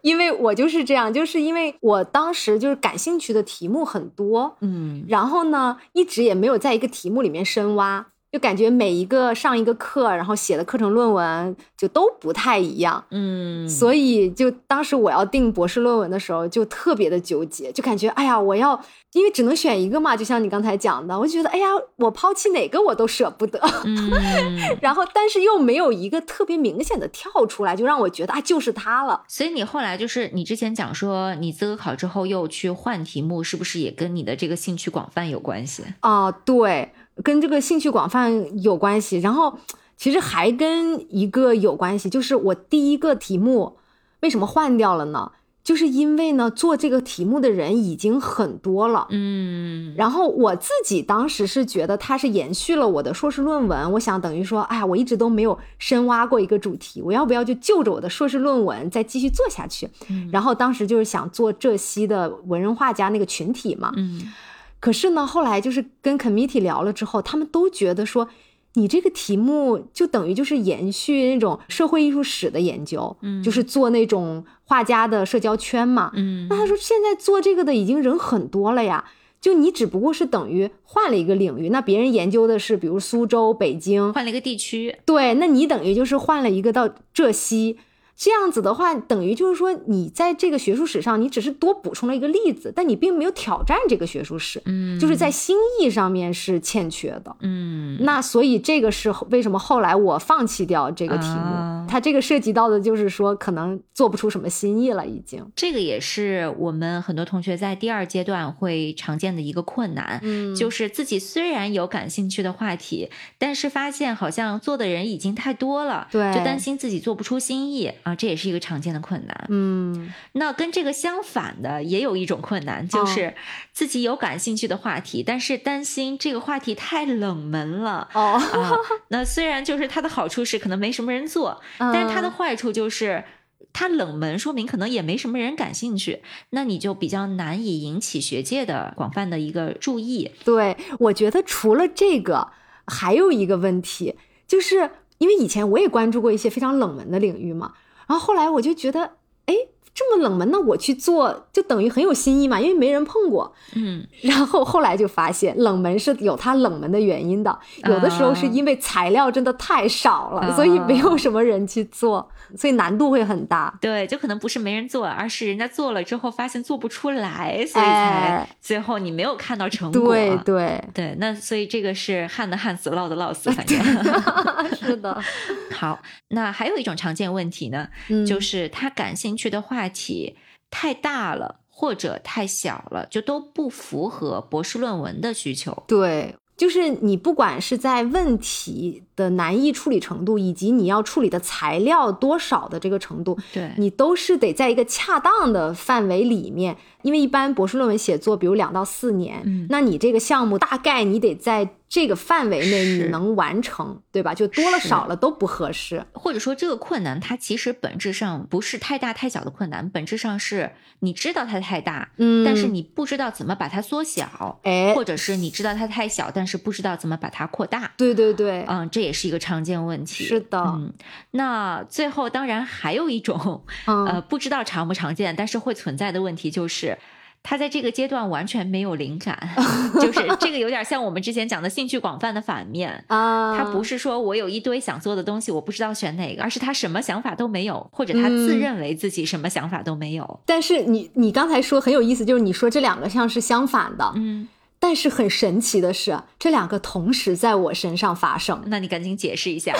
Speaker 1: 因为我就是这样，就是因为我当时就是感兴趣的题目很多，
Speaker 2: 嗯，
Speaker 1: 然后呢，一直也没有在一个题目里面深挖，就感觉每一个上一个课，然后写的课程论文就都不太一样。
Speaker 2: 嗯，
Speaker 1: 所以，就当时我要定博士论文的时候，就特别的纠结，就感觉哎呀，我要因为只能选一个嘛，就像你刚才讲的，我就觉得哎呀，我抛弃哪个我都舍不得。
Speaker 2: 嗯，
Speaker 1: 然后但是又没有一个特别明显的跳出来，就让我觉得啊，就是它了。
Speaker 2: 所以你后来就是你之前讲说你资格考之后又去换题目，是不是也跟你的这个兴趣广泛有关系？
Speaker 1: 啊、对，跟这个兴趣广泛有关系，然后其实还跟一个有关系，就是我第一个题目为什么换掉了呢？就是因为呢，做这个题目的人已经很多了。
Speaker 2: 嗯，
Speaker 1: 然后我自己当时是觉得它是延续了我的硕士论文，我想等于说，哎呀，我一直都没有深挖过一个主题，我要不要就就着我的硕士论文再继续做下去？
Speaker 2: 嗯
Speaker 1: 然后当时就是想做浙西的文人画家那个群体嘛，
Speaker 2: 嗯
Speaker 1: 可是呢，后来就是跟 committee 聊了之后，他们都觉得说，你这个题目就等于就是延续那种社会艺术史的研究，
Speaker 2: 嗯
Speaker 1: 就是做那种画家的社交圈嘛，
Speaker 2: 嗯
Speaker 1: 那他说现在做这个的已经人很多了呀，就你只不过是等于换了一个领域，那别人研究的是比如苏州、北京，
Speaker 2: 换了一个地区，
Speaker 1: 对，那你等于就是换了一个到浙西。这样子的话，等于就是说，你在这个学术史上，你只是多补充了一个例子，但你并没有挑战这个学术史，
Speaker 2: 嗯，
Speaker 1: 就是在新意上面是欠缺的。
Speaker 2: 嗯，
Speaker 1: 那所以这个是为什么后来我放弃掉这个题目，
Speaker 2: 啊
Speaker 1: 它这个涉及到的就是说，可能做不出什么新意了，已经。
Speaker 2: 这个也是我们很多同学在第二阶段会常见的一个困难，
Speaker 1: 嗯
Speaker 2: 就是自己虽然有感兴趣的话题，但是发现好像做的人已经太多了，
Speaker 1: 对
Speaker 2: 就担心自己做不出新意啊，这也是一个常见的困难。
Speaker 1: 嗯，
Speaker 2: 那跟这个相反的，也有一种困难，
Speaker 1: 哦
Speaker 2: 就是自己有感兴趣的话题，但是担心这个话题太冷门了。
Speaker 1: 哦，
Speaker 2: 啊， 那虽然就是它的好处是可能没什么人做，
Speaker 1: 嗯
Speaker 2: 但是它的坏处就是它冷门，说明可能也没什么人感兴趣，那你就比较难以引起学界的广泛的一个注意。
Speaker 1: 对，我觉得除了这个，还有一个问题，就是因为以前我也关注过一些非常冷门的领域嘛，然后后来我就觉得，哎，这么冷门，那我去做就等于很有新意嘛，因为没人碰过。
Speaker 2: 嗯，
Speaker 1: 然后后来就发现，冷门是有它冷门的原因的，有的时候是
Speaker 2: 啊
Speaker 1: 因为材料真的太少了，所以没
Speaker 2: 嗯
Speaker 1: 有什么人去做，所以难度会很大。
Speaker 2: 对，就可能不是没人做，而是人家做了之后发现做不出来，所以才
Speaker 1: 哎
Speaker 2: 最后你没有看到成果。
Speaker 1: 对对，
Speaker 2: 对，那所以这个是旱的旱死，涝的涝死，反 正
Speaker 1: 是的，
Speaker 2: 好。那还有一种常见问题呢，
Speaker 1: 嗯，
Speaker 2: 就是他感兴趣的话题太大了。或者太小了，就都不符合博士论文的需求。
Speaker 1: 对，就是你不管是在问题的难易处理程度，以及你要处理的材料多少的这个程度，
Speaker 2: 对
Speaker 1: 你都是得在一个恰当的范围里面。因为一般博士论文写作，比如两到四年，
Speaker 2: 嗯
Speaker 1: 那你这个项目大概你得在这个范围内你
Speaker 2: 是
Speaker 1: 能完成，对吧？就多了
Speaker 2: 是嗯
Speaker 1: 少了都不合适。
Speaker 2: 或者说这个困难，它其实本质上不是太大太小的困难，本质上是你知道它太大，
Speaker 1: 嗯，
Speaker 2: 但是你不知道怎么把它缩小，
Speaker 1: 哎
Speaker 2: 或，者是你知道它太小，但是不知道怎么把它扩大。
Speaker 1: 对对对，
Speaker 2: 嗯，这也是一个常见问题。
Speaker 1: 是的
Speaker 2: 嗯，那最后当然还有一种
Speaker 1: 嗯，
Speaker 2: 呃，不知道常不常见，但是会存在的问题就是。他在这个阶段完全没有灵感， 就是这个有点像我们之前讲的兴趣广泛的反面。
Speaker 1: 啊，
Speaker 2: 他不是说我有一堆想做的东西，我不知道选哪个，而是他什么想法都没有，或者他自
Speaker 1: 嗯
Speaker 2: 认为自己什么想法都没有。
Speaker 1: 但是你你刚才说很有意思，就是你说这两个像是相反的，
Speaker 2: 嗯，
Speaker 1: 但是很神奇的是，这两个同时在我身上发生。
Speaker 2: 那你赶紧解释一下。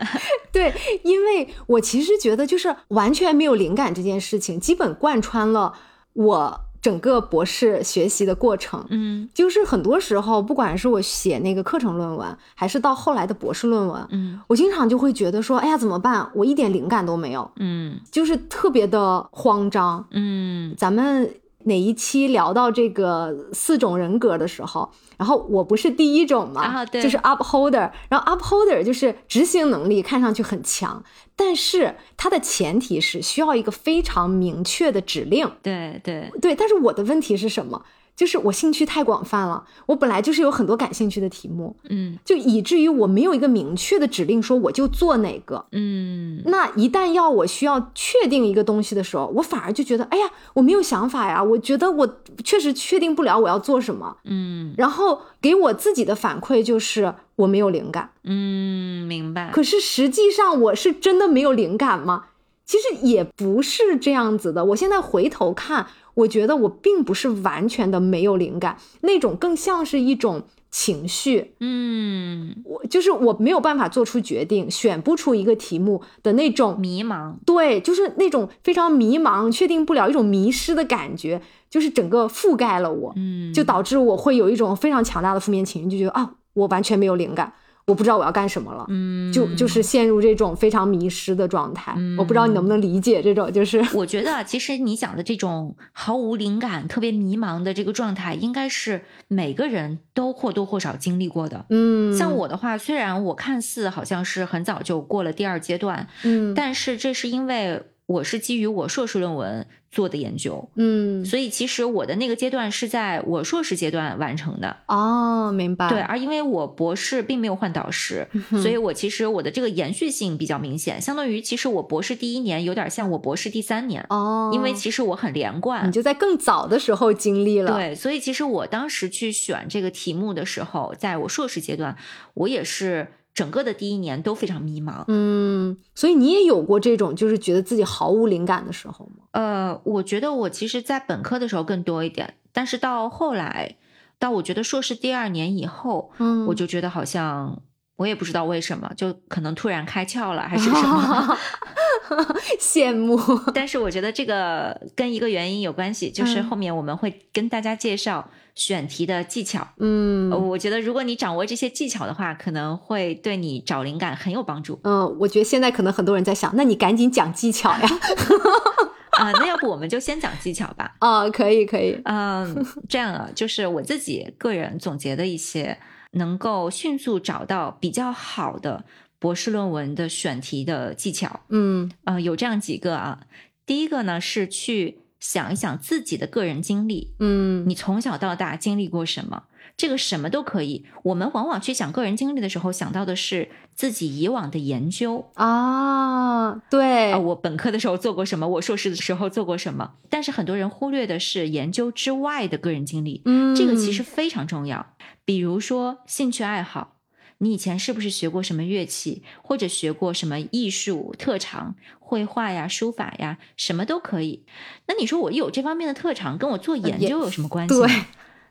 Speaker 1: 对，因为我其实觉得，就是完全没有灵感这件事情，基本贯穿了我整个博士学习的过程。
Speaker 2: 嗯
Speaker 1: 就是很多时候，不管是我写那个课程论文，还是到后来的博士论文，
Speaker 2: 嗯
Speaker 1: 我经常就会觉得说，哎呀，怎么办？我一点灵感都没有，
Speaker 2: 嗯
Speaker 1: 就是特别的慌张。
Speaker 2: 嗯
Speaker 1: 咱们哪一期聊到这个四种人格的时候，然后我不是第一种嘛，
Speaker 2: 啊对
Speaker 1: 就是 upholder，然后 upholder 就是执行能力看上去很强，但是它的前提是需要一个非常明确的指令。
Speaker 2: 对对，
Speaker 1: 对，但是我的问题是什么？就是我兴趣太广泛了，我本来就是有很多感兴趣的题目，
Speaker 2: 嗯
Speaker 1: 就以至于我没有一个明确的指令说我就做哪个。
Speaker 2: 嗯
Speaker 1: 那一旦要我需要确定一个东西的时候，我反而就觉得，哎呀，我没有想法呀，我觉得我确实确定不了我要做什么。
Speaker 2: 嗯
Speaker 1: 然后给我自己的反馈就是我没有灵感，
Speaker 2: 嗯，明白。
Speaker 1: 可是实际上我是真的没有灵感吗？其实也不是这样子的。我现在回头看，我觉得我并不是完全的没有灵感，那种更像是一种情绪，
Speaker 2: 嗯，
Speaker 1: 我就是我没有办法做出决定，选不出一个题目的那种，
Speaker 2: 迷茫。
Speaker 1: 对，就是那种非常迷茫、确定不了、一种迷失的感觉，就是整个覆盖了我，
Speaker 2: 嗯，
Speaker 1: 就导致我会有一种非常强大的负面情绪，就觉得啊，我完全没有灵感，我不知道我要干什么了，
Speaker 2: 嗯，
Speaker 1: 就就是陷入这种非常迷失的状态。我不知道你能不能理解这种，就是
Speaker 2: 我觉得啊，其实你讲的这种毫无灵感、特别迷茫的这个状态，应该是每个人都或多或少经历过的。
Speaker 1: 嗯，
Speaker 2: 像，我的话，虽然我看似好像是很早就过了第二阶段，
Speaker 1: 嗯，
Speaker 2: 但是这是因为我是基于我硕士论文做的研究。
Speaker 1: 嗯，
Speaker 2: 所以其实我的那个阶段是在我硕士阶段完成的，
Speaker 1: 哦，明白。
Speaker 2: 对，而因为我博士并没有换导师，
Speaker 1: 嗯
Speaker 2: 所以我其实我的这个延续性比较明显，相当于其实我博士第一年有点像我博士第三年，
Speaker 1: 哦，
Speaker 2: 因为其实我很连
Speaker 1: 你
Speaker 2: 贯。
Speaker 1: 就在更早的时候经历了。，
Speaker 2: 对，所以其实我当时去选这个题目的时候，在我硕士阶段，我也是整个的第一年都非常迷茫。
Speaker 1: 嗯，所以你也有过这种就是觉得自己毫无灵感的时候吗？
Speaker 2: 呃，我觉得我其实，在本科的时候更多一点，但是到后来，到我觉得硕士第二年以后，
Speaker 1: 嗯
Speaker 2: 我就觉得好像我也不知道为什么，就可能突然开窍了还是什 么。
Speaker 1: 羡慕。
Speaker 2: 但是我觉得这个跟一个原因有关系，就是
Speaker 1: 嗯
Speaker 2: 后面我们会跟大家介绍选题的技巧。
Speaker 1: 嗯
Speaker 2: 呃我觉得如果你掌握这些技巧的话，可能会对你找灵感很有 帮助
Speaker 1: 嗯，我觉得现在可能很多人在想，那你赶紧讲技巧 呀。
Speaker 2: 啊、那要不我们就先讲技巧吧。
Speaker 1: 啊、可以可以。
Speaker 2: 嗯， 这样啊，就是我自己个人总结的一些能够迅速找到比较好的博士论文的选题的技巧。
Speaker 1: 嗯
Speaker 2: 呃，有这样几个啊，第一个呢是去想一想自己的个人经历，
Speaker 1: 嗯
Speaker 2: 你从小到大经历过什么。这个什么都可以。我们往往去想个人经历的时候，想到的是自己以往的研究，
Speaker 1: 啊，对，
Speaker 2: 啊、我本科的时候做过什么，我硕士的时候做过什么。但是很多人忽略的是研究之外的个人经历，
Speaker 1: 嗯，
Speaker 2: 这个其实非常重要。比如说兴趣爱好，你以前是不是学过什么乐器，或者学过什么艺术特长，绘画呀、书法呀，什么都可以。那你说我有这方面的特长，跟我做研
Speaker 1: 呃也
Speaker 2: 究有什么关系？
Speaker 1: 对，，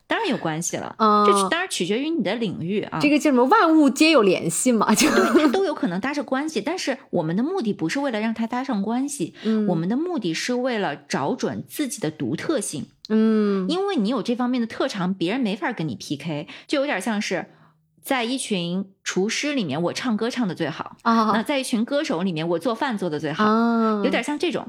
Speaker 2: 当然有关系了。
Speaker 1: 嗯，
Speaker 2: 这当然取决于你的领域啊，
Speaker 1: 这个叫什么？万物皆有联系嘛，就
Speaker 2: 对它都有可能搭上关系，但是我们的目的不是为了让它搭上关系，
Speaker 1: 嗯
Speaker 2: 我们的目的是为了找准自己的独特性。
Speaker 1: 嗯
Speaker 2: 因为你有这方面的特长，别人没法跟你 PK，就有点像是在一群厨师里面，我唱歌唱的最好；那
Speaker 1: 啊
Speaker 2: 在一群歌手里面，我做饭做的最好，
Speaker 1: 啊，
Speaker 2: 有点像这种。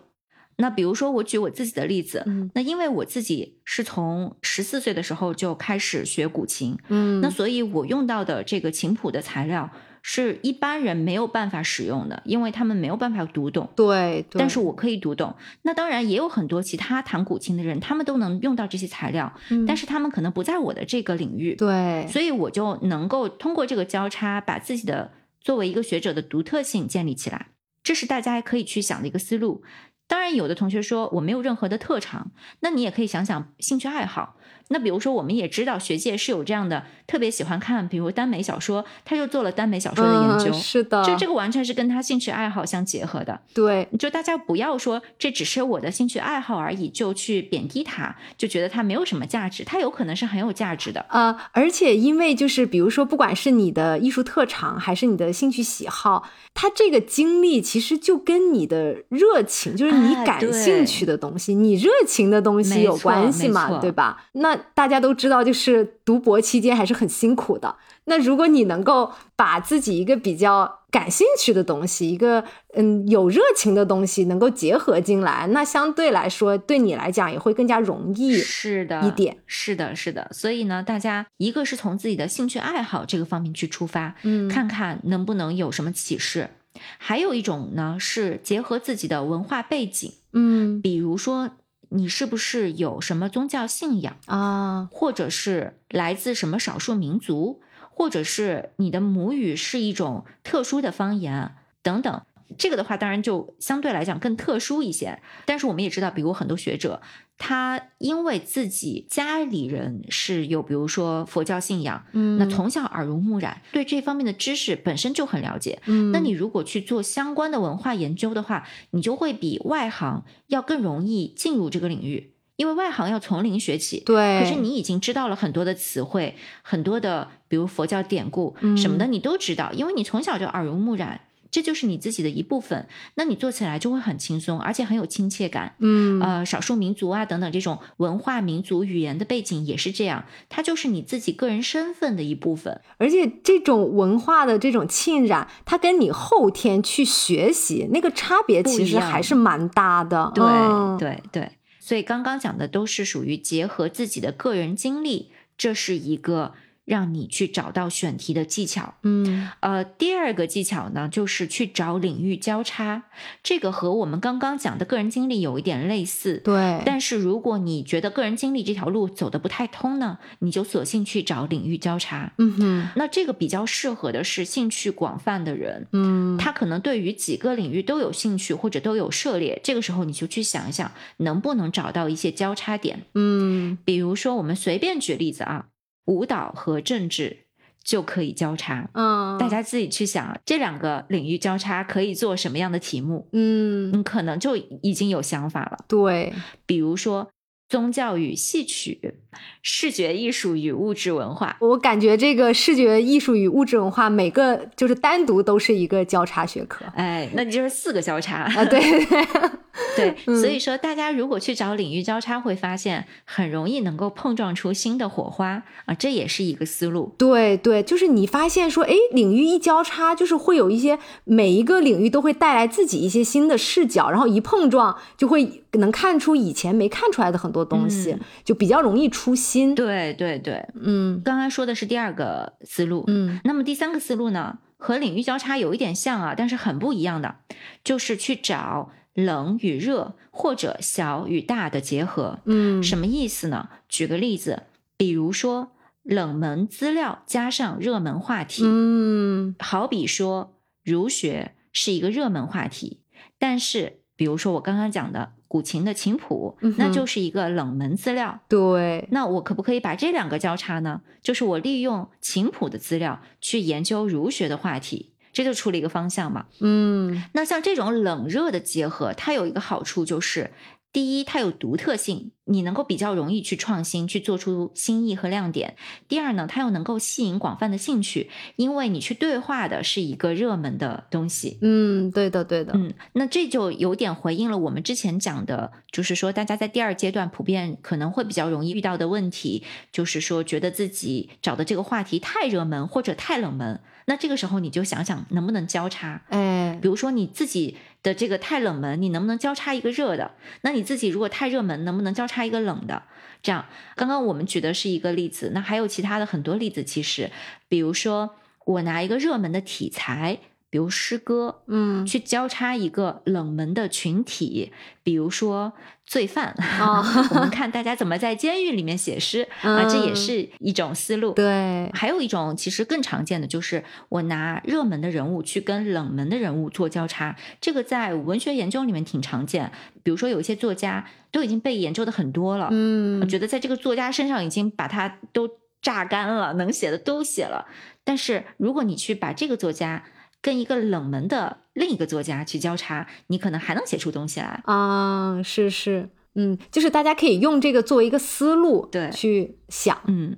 Speaker 2: 那比如说，我举我自己的例子，
Speaker 1: 嗯
Speaker 2: 那因为我自己是从十四岁的时候就开始学古琴，
Speaker 1: 嗯，
Speaker 2: 那所以我用到的这个琴谱的材料是一般人没有办法使用的，因为他们没有办法读懂。
Speaker 1: 对，对
Speaker 2: 但是我可以读懂。那当然也有很多其他弹古琴的人，他们都能用到这些材料，
Speaker 1: 嗯
Speaker 2: 但是他们可能不在我的这个领域，
Speaker 1: 对，
Speaker 2: 所以我就能够通过这个交叉，把自己的作为一个学者的独特性建立起来。这是大家可以去想的一个思路。当然，有的同学说我没有任何的特长，那你也可以想想兴趣爱好。那比如说，我们也知道学界是有这样的，特别喜欢看，比如耽美小说，他就做了耽美小说的研究，
Speaker 1: 嗯、是的，
Speaker 2: 就这个完全是跟他兴趣爱好相结合的。
Speaker 1: 对，
Speaker 2: 就大家不要说这只是我的兴趣爱好而已，就去贬低它，就觉得它没有什么价值，它有可能是很有价值的。
Speaker 1: 呃，而且因为就是比如说，不管是你的艺术特长还是你的兴趣喜好，它这个经历其实就跟你的热情，就是你
Speaker 2: 哎
Speaker 1: 感
Speaker 2: 对
Speaker 1: 兴趣的东西，你热情的东西
Speaker 2: 没
Speaker 1: 有
Speaker 2: 错
Speaker 1: 关系
Speaker 2: 没
Speaker 1: 嘛，
Speaker 2: 错
Speaker 1: 对吧？那大家都知道，就是读博期间还是很辛苦的。那如果你能够把自己一个比较感兴趣的东西，一个嗯有热情的东西能够结合进来，那相对来说对你来讲也会更加容易。
Speaker 2: 是的，
Speaker 1: 一点
Speaker 2: 是的，是的。所以呢，大家一个是从自己的兴趣爱好这个方面去出发，
Speaker 1: 嗯
Speaker 2: 看看能不能有什么启示。还有一种呢，是结合自己的文化背景，
Speaker 1: 嗯
Speaker 2: 比如说你是不是有什么宗教信仰，
Speaker 1: 啊
Speaker 2: 或者是来自什么少数民族，或者是你的母语是一种特殊的方言等等。这个的话，当然就相对来讲更特殊一些。但是我们也知道，比如很多学者，他因为自己家里人是有，比如说佛教信仰，
Speaker 1: 嗯
Speaker 2: 那从小耳濡目染，对这方面的知识本身就很了解。
Speaker 1: 嗯
Speaker 2: 那你如果去做相关的文化研究的话，你就会比外行要更容易进入这个领域，因为外行要从零学起。
Speaker 1: 对，
Speaker 2: 可是你已经知道了很多的词汇，很多的比如佛教典故
Speaker 1: 嗯
Speaker 2: 什么的，你都知道，因为你从小就耳濡目染，这就是你自己的一部分。那你做起来就会很轻松，而且很有亲切感。
Speaker 1: 嗯
Speaker 2: 呃，少数民族啊等等这种文化、民族、语言的背景也是这样，它就是你自己个人身份的一部分。
Speaker 1: 而且这种文化的这种浸染，它跟你后天去学习那个差别其
Speaker 2: 不
Speaker 1: 实
Speaker 2: 一样
Speaker 1: 还是蛮大的。
Speaker 2: 对、
Speaker 1: 嗯
Speaker 2: 对对，所以刚刚讲的都是属于结合自己的个人经历，这是一个让你去找到选题的技巧。
Speaker 1: 嗯
Speaker 2: 呃，第二个技巧呢，就是去找领域交叉，这个和我们刚刚讲的个人经历有一点类似。
Speaker 1: 对，
Speaker 2: 但是如果你觉得个人经历这条路走的不太通呢，你就索性去找领域交叉。
Speaker 1: 嗯哼，
Speaker 2: 那这个比较适合的是兴趣广泛的人，
Speaker 1: 嗯，
Speaker 2: 他可能对于几个领域都有兴趣或者都有涉猎。这个时候你就去想一想，能不能找到一些交叉点。
Speaker 1: 嗯
Speaker 2: 比如说，我们随便举例子啊，舞蹈和政治就可以交叉。
Speaker 1: 嗯，
Speaker 2: 大家自己去想，啊这两个领域交叉可以做什么样的题目？
Speaker 1: 嗯
Speaker 2: 你可能就已经有想法了。
Speaker 1: 对，
Speaker 2: 比如说，宗教与戏曲、视觉艺术与物质文化。
Speaker 1: 我感觉这个视觉艺术与物质文化每个就是单独都是一个交叉学科
Speaker 2: 哎，那你就是四个交叉。
Speaker 1: 啊， 对对
Speaker 2: 对，
Speaker 1: 嗯
Speaker 2: 所以说大家如果去找领域交叉，会发现很容易能够碰撞出新的火花啊，这也是一个思路。
Speaker 1: 对对，就是你发现说，哎，领域一交叉，就是会有一些每一个领域都会带来自己一些新的视角，然后一碰撞就会能看出以前没看出来的很多东西，
Speaker 2: 嗯
Speaker 1: 就比较容易出新。
Speaker 2: 对对对，
Speaker 1: 嗯
Speaker 2: 刚刚说的是第二个思路。
Speaker 1: 嗯
Speaker 2: 那么第三个思路呢，和领域交叉有一点像啊，但是很不一样的，就是去找冷与热或者小与大的结合。
Speaker 1: 嗯
Speaker 2: 什么意思呢？举个例子，比如说冷门资料加上热门话题，
Speaker 1: 嗯
Speaker 2: 好比说儒学是一个热门话题，但是比如说我刚刚讲的古琴的琴谱，
Speaker 1: 嗯哼
Speaker 2: 那就是一个冷门资料。
Speaker 1: 对，
Speaker 2: 那我可不可以把这两个交叉呢？就是我利用琴谱的资料去研究儒学的话题，这就出了一个方向嘛。
Speaker 1: 嗯
Speaker 2: 那像这种冷热的结合，它有一个好处就是。第一，它有独特性，你能够比较容易去创新，去做出新意和亮点。第二呢，它又能够吸引广泛的兴趣，因为你去对话的是一个热门的东西。
Speaker 1: 嗯，对的对的，
Speaker 2: 嗯，那这就有点回应了我们之前讲的，就是说大家在第二阶段普遍可能会比较容易遇到的问题，就是说觉得自己找的这个话题太热门或者太冷门。那这个时候你就想想能不能交叉，
Speaker 1: 哎
Speaker 2: 比，如说你自己的这个太冷门，你能不能交叉一个热的？那你自己如果太热门，能不能交叉一个冷的？这样，刚刚我们举的是一个例子，那还有其他的很多例子，其实，比如说我拿一个热门的题材，比如诗歌，
Speaker 1: 嗯
Speaker 2: 去交叉一个冷门的群体，比如说罪犯，
Speaker 1: 哦
Speaker 2: 我们看大家怎么在监狱里面 写诗啊，这也
Speaker 1: 嗯
Speaker 2: 是一种思路。
Speaker 1: 对，
Speaker 2: 还有一种其实更常见的就是我拿热门的人物去跟冷门的人物做交叉，这个在文学研究里面挺常见。比如说有一些作家都已经被研究的很多了，
Speaker 1: 嗯
Speaker 2: 我觉得在这个作家身上已经把他都榨干了，能写的都写了。但是如果你去把这个作家跟一个冷门的另一个作家去交叉，你可能还能写出东西来。
Speaker 1: 啊，是是，嗯，就是大家可以用这个作为一个思路，
Speaker 2: 对
Speaker 1: 去想，
Speaker 2: 嗯，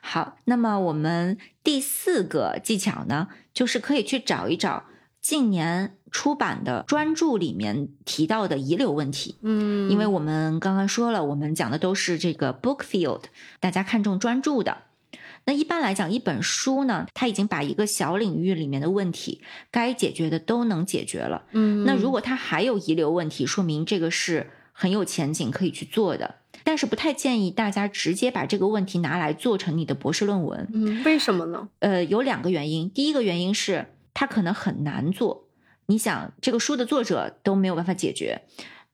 Speaker 2: 好，那么我们第四个技巧呢，就是可以去找一找近年出版的专著里面提到的遗留问题。
Speaker 1: 嗯
Speaker 2: 因为我们刚刚说了，我们讲的都是这个 book field，大家看重专注的。那一般来讲，一本书呢，它已经把一个小领域里面的问题该解决的都能解决了。
Speaker 1: 嗯，
Speaker 2: 那如果它还有遗留问题，说明这个是很有前景可以去做的。但是不太建议大家直接把这个问题拿来做成你的博士论文。
Speaker 1: 嗯，为什么呢？
Speaker 2: 呃，有两个原因。第一个原因是它可能很难做，你想这个书的作者都没有办法解决，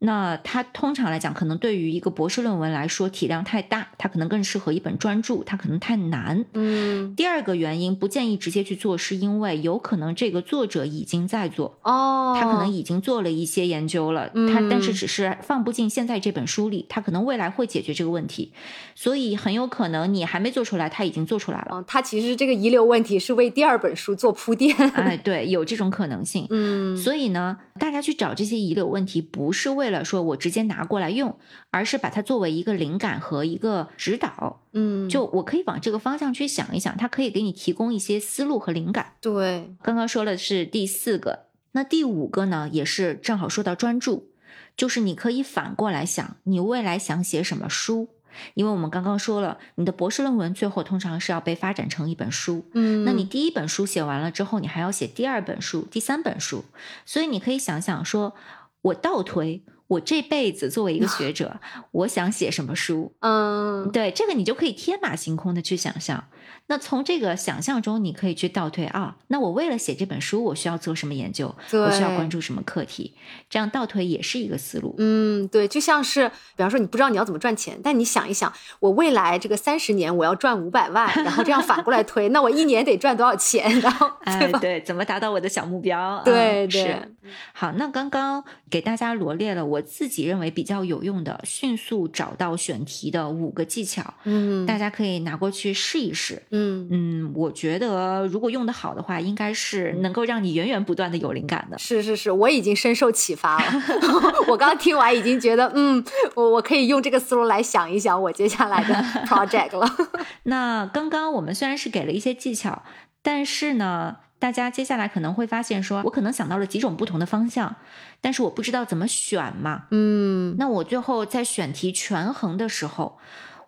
Speaker 2: 那它通常来讲，可能对于一个博士论文来说体量太大，它可能更适合一本专著，它可能太难。
Speaker 1: 嗯，
Speaker 2: 第二个原因不建议直接去做，是因为有可能这个作者已经在做，
Speaker 1: 哦，
Speaker 2: 他可能已经做了一些研究了，他但是
Speaker 1: 嗯
Speaker 2: 只是放不进现在这本书里，他可能未来会解决这个问题，所以很有可能你还没做出来，他已经做出来了。
Speaker 1: 哦，他其实这个遗留问题是为第二本书做铺垫，
Speaker 2: 哎，对，有这种可能性。
Speaker 1: 嗯
Speaker 2: 所以呢，大家去找这些遗留问题，不是为了说我直接拿过来用，而是把它作为一个灵感和一个指导。
Speaker 1: 嗯，
Speaker 2: 就我可以往这个方向去想一想，它可以给你提供一些思路和灵感。
Speaker 1: 对，
Speaker 2: 刚刚说了是第四个，那第五个呢，也是正好说到专注，就是你可以反过来想，你未来想写什么书。因为我们刚刚说了，你的博士论文最后通常是要被发展成一本书，
Speaker 1: 嗯，
Speaker 2: 那你第一本书写完了之后，你还要写第二本书、第三本书，所以你可以想想说，我倒推我这辈子作为一个学 者，我想写什么书？
Speaker 1: 嗯，
Speaker 2: 对，这个你就可以天马行空的去想象。那从这个想象中，你可以去倒推啊，那我为了写这本书，我需要做什么研究？
Speaker 1: 对，
Speaker 2: 我需要关注什么课题？这样倒推也是一个思路。
Speaker 1: 嗯，对，就像是，比方说你不知道你要怎么赚钱，但你想一想，我未来这个三十年我要赚五百万，然后这样反过来推，那我一年得赚多少钱？ 然后，
Speaker 2: 哎，对，怎么达到我的小目标？
Speaker 1: 对
Speaker 2: 嗯
Speaker 1: 对
Speaker 2: 是。好，那刚刚给大家罗列了我自己认为比较有用的迅速找到选题的五个技巧，
Speaker 1: 嗯
Speaker 2: 大家可以拿过去试一试。
Speaker 1: 嗯，
Speaker 2: 嗯，我觉得如果用的好的话，应该是能够让你源源不断的有灵感的。
Speaker 1: 是是是，我已经深受启发了。 我刚听完已经觉得，嗯，我我可以用这个思路来想一想我接下来的 project 了。
Speaker 2: 那刚刚我们虽然是给了一些技巧，但是呢，大家接下来可能会发现说，我可能想到了几种不同的方向，但是我不知道怎么选嘛。
Speaker 1: 嗯
Speaker 2: 那我最后在选题权衡的时候，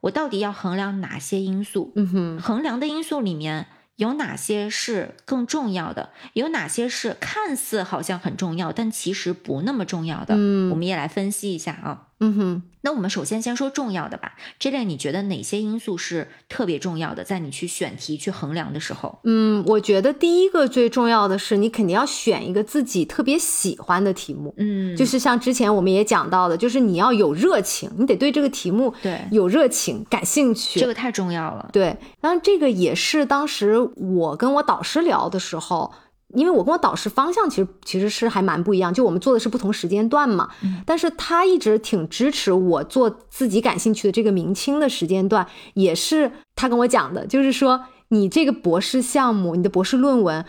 Speaker 2: 我到底要衡量哪些因素？
Speaker 1: 嗯哼，
Speaker 2: 衡量的因素里面有哪些是更重要的？有哪些是看似好像很重要，但其实不那么重要的？我
Speaker 1: 嗯
Speaker 2: 们也来分析一下啊。
Speaker 1: 嗯哼，
Speaker 2: 那我们首先先说重要的吧，这类你觉得哪些因素是特别重要的？在你去选题、去衡量的时候，
Speaker 1: 嗯，我觉得第一个最重要的是，你肯定要选一个自己特别喜欢的题目。
Speaker 2: 嗯
Speaker 1: 就是像之前我们也讲到的，就是你要有热情，你得对这个题目
Speaker 2: 对，
Speaker 1: 有热情、感兴
Speaker 2: 这
Speaker 1: 趣。
Speaker 2: 个太重要了。
Speaker 1: 对，然后这个也是当时我跟我导师聊的时候，因为我跟我导师方向其实其实是还蛮不一样，就我们做的是不同时间段嘛。
Speaker 2: 嗯
Speaker 1: 但是他一直挺支持我做自己感兴趣的这个明清的时间段，也是他跟我讲的，就是说你这个博士项目，你的博士论文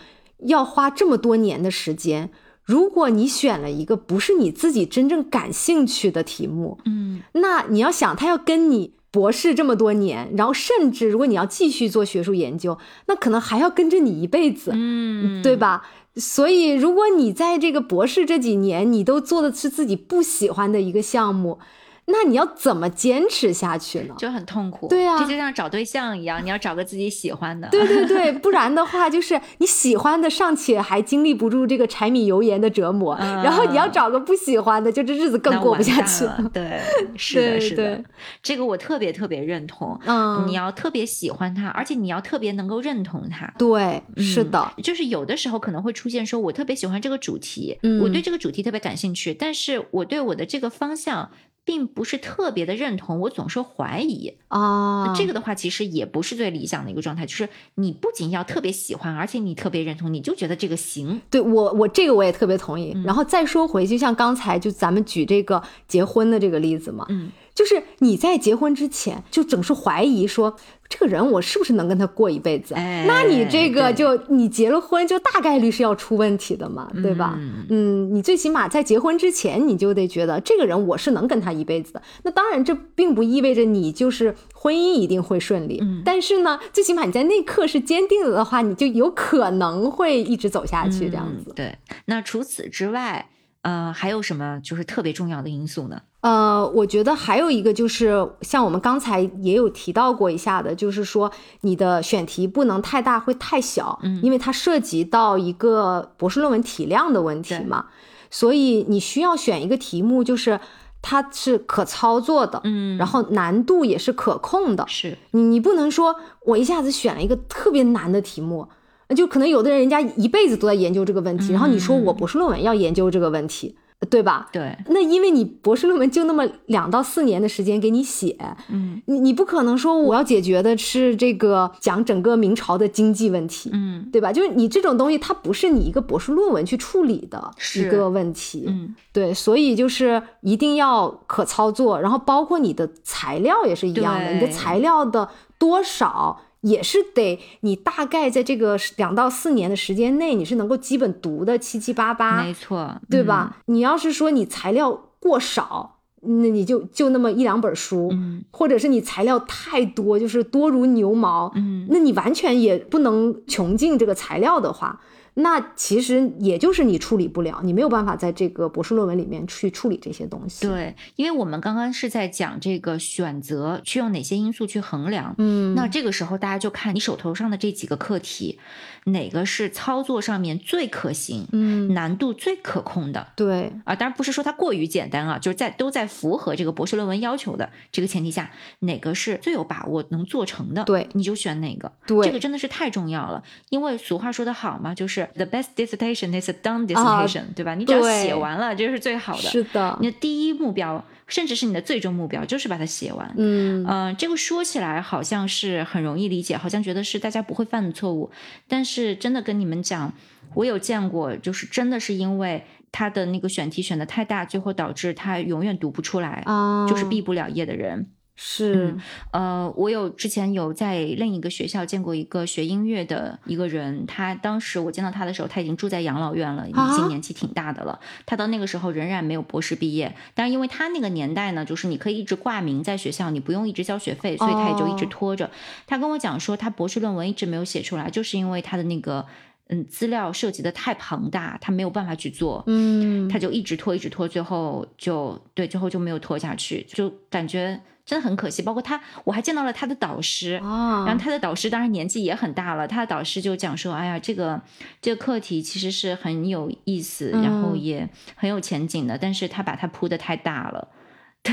Speaker 1: 要花这么多年的时间。如果你选了一个不是你自己真正感兴趣的题目，
Speaker 2: 嗯，
Speaker 1: 那你要想，他要跟你博士这么多年，然后甚至如果你要继续做学术研究，那可能还要跟着你一辈子，
Speaker 2: 嗯
Speaker 1: 对吧？所以，如果你在这个博士这几年，你都做的是自己不喜欢的一个项目，那你要怎么坚持下去呢？
Speaker 2: 就很痛苦。
Speaker 1: 对啊
Speaker 2: 这就像找对象一样，你要找个自己喜欢的。
Speaker 1: 对对 对，不然的话，就是你喜欢的尚且还经历不住这个柴米油盐的折磨，
Speaker 2: 嗯
Speaker 1: 然后你要找个不喜欢的，就这日子更
Speaker 2: 那
Speaker 1: 过不
Speaker 2: 完
Speaker 1: 下
Speaker 2: 蛋
Speaker 1: 去。
Speaker 2: 了。对，是的，
Speaker 1: 对
Speaker 2: 是的
Speaker 1: 对，
Speaker 2: 这个我特别特别认同。
Speaker 1: 嗯，
Speaker 2: 你要特别喜欢它，而且你要特别能够认同它。
Speaker 1: 对，是
Speaker 2: 嗯
Speaker 1: 的，
Speaker 2: 就是有的时候可能会出现说，我特别喜欢这个主题，
Speaker 1: 嗯
Speaker 2: 我对这个主题特别感兴趣，但是我对我的这个方向并不是特别的认同，我总是怀疑。
Speaker 1: 啊，
Speaker 2: 那这个的话，其实也不是最理想的一个状态，就是你不仅要特别喜欢，而且你特别认同，你就觉得这个行。
Speaker 1: 对我，我这个我也特别同意。
Speaker 2: 嗯
Speaker 1: 然后再说回去，像刚才就咱们举这个结婚的这个例子嘛，
Speaker 2: 嗯，
Speaker 1: 就是你在结婚之前就总是怀疑说，这个人我是不是能跟他过一辈子？
Speaker 2: 哎
Speaker 1: 那你这个
Speaker 2: 对
Speaker 1: 就你结了婚就大概率是要出问题的嘛，对吧？
Speaker 2: 嗯
Speaker 1: 嗯，你最起码在结婚之前，你就得觉得这个人我是能跟他一辈子的。那当然，这并不意味着你就是婚姻一定会顺利，
Speaker 2: 嗯
Speaker 1: 但是呢，最起码你在那一刻是坚定了的话，你就有可能会一直走下去，这样子
Speaker 2: 嗯。对，那除此之外，呃，还有什么就是特别重要的因素呢？
Speaker 1: 呃，我觉得还有一个就是，像我们刚才也有提到过一下的，就是说你的选题不能太大，会太小，
Speaker 2: 嗯
Speaker 1: 因为它涉及到一个博士论文体量的问题
Speaker 2: 对
Speaker 1: 嘛，所以你需要选一个题目，就是它是可操作的，
Speaker 2: 嗯
Speaker 1: 然后难度也是可控的，
Speaker 2: 是
Speaker 1: 你你不能说我一下子选了一个特别难的题目，就可能有的人人家一辈子都在研究这个
Speaker 2: 嗯
Speaker 1: 问题，然后你说我博士论文要研究这个问题，对吧？
Speaker 2: 对，
Speaker 1: 那因为你博士论文就那么两到四年的时间给你写，
Speaker 2: 嗯
Speaker 1: 你你不可能说我要解决的是这个讲整个明朝的经济问题，
Speaker 2: 嗯
Speaker 1: 对吧？就是你这种东西，它不是你一个博士论文去处理的
Speaker 2: 是
Speaker 1: 一个问题，
Speaker 2: 嗯，
Speaker 1: 对，所以就是一定要可操作，然后包括你的材料也是一样的，
Speaker 2: 对
Speaker 1: 你的材料的多少。也是得你大概在这个两到四年的时间内，你是能够基本读的七七八八，
Speaker 2: 没错，
Speaker 1: 啊对
Speaker 2: 嗯？
Speaker 1: 吧？你要是说你材料过少，那你就就那么一两本书，
Speaker 2: 嗯
Speaker 1: 或者是你材料太多，就是多如牛毛，
Speaker 2: 嗯
Speaker 1: 那你完全也不能穷尽这个材料的话，那其实也就是你处理不了，你没有办法在这个博士论文里面去处理这些东西。，
Speaker 2: 对，因为我们刚刚是在讲这个选择去用哪些因素去衡量，
Speaker 1: 嗯，
Speaker 2: 那这个时候大家就看你手头上的这几个课题，哪个是操作上面最可行、
Speaker 1: 嗯，
Speaker 2: 难度最可控的。
Speaker 1: 对，
Speaker 2: 啊，当然不是说它过于简单啊，就是在都在符合这个博士论文要求的这个前提下，哪个是最有把握能做成的，
Speaker 1: 对
Speaker 2: 你就选哪个。
Speaker 1: 对
Speaker 2: 这个真的是太重要了，因为俗话说得好嘛，就是 the best dissertation is a done
Speaker 1: 啊
Speaker 2: dissertation，、对吧？你只要
Speaker 1: 对
Speaker 2: 写完了，这是最好的。
Speaker 1: 是的，
Speaker 2: 你的第一目标，甚至是你的最终目标，就是把它写完。
Speaker 1: 嗯，
Speaker 2: 嗯、这个说起来好像是很容易理解，好像觉得是大家不会犯的错误，但是真的跟你们讲，我有见过，就是真的是因为他的那个选题选的太大，最后导致他永远读不出来，
Speaker 1: 啊，
Speaker 2: 就是毕不了业的人。
Speaker 1: 是
Speaker 2: 嗯，呃，我有之前有在另一个学校见过一个学音乐的一个人，他当时我见到他的时候，他已经住在养老院了，已
Speaker 1: 啊
Speaker 2: 经年纪挺大的了。他到那个时候仍然没有博士毕业，但是因为他那个年代呢，就是你可以一直挂名在学校，你不用一直交学费，所以他也就一直
Speaker 1: 哦
Speaker 2: 拖着。他跟我讲说，他博士论文一直没有写出来，就是因为他的那个嗯资料涉及的太庞大，他没有办法去做。
Speaker 1: 嗯，
Speaker 2: 他就一直拖，一直拖，最后就对，最后就没有拖下去，就感觉真的很可惜。包括他，我还见到了他的导师，
Speaker 1: 啊，
Speaker 2: 嗯然后他的导师当然年纪也很大了，他的导师就讲说：“哎呀，这个这个课题其实是很有意思，
Speaker 1: 嗯
Speaker 2: 然后也很有前景的，但是他把它铺的太大了。” 对，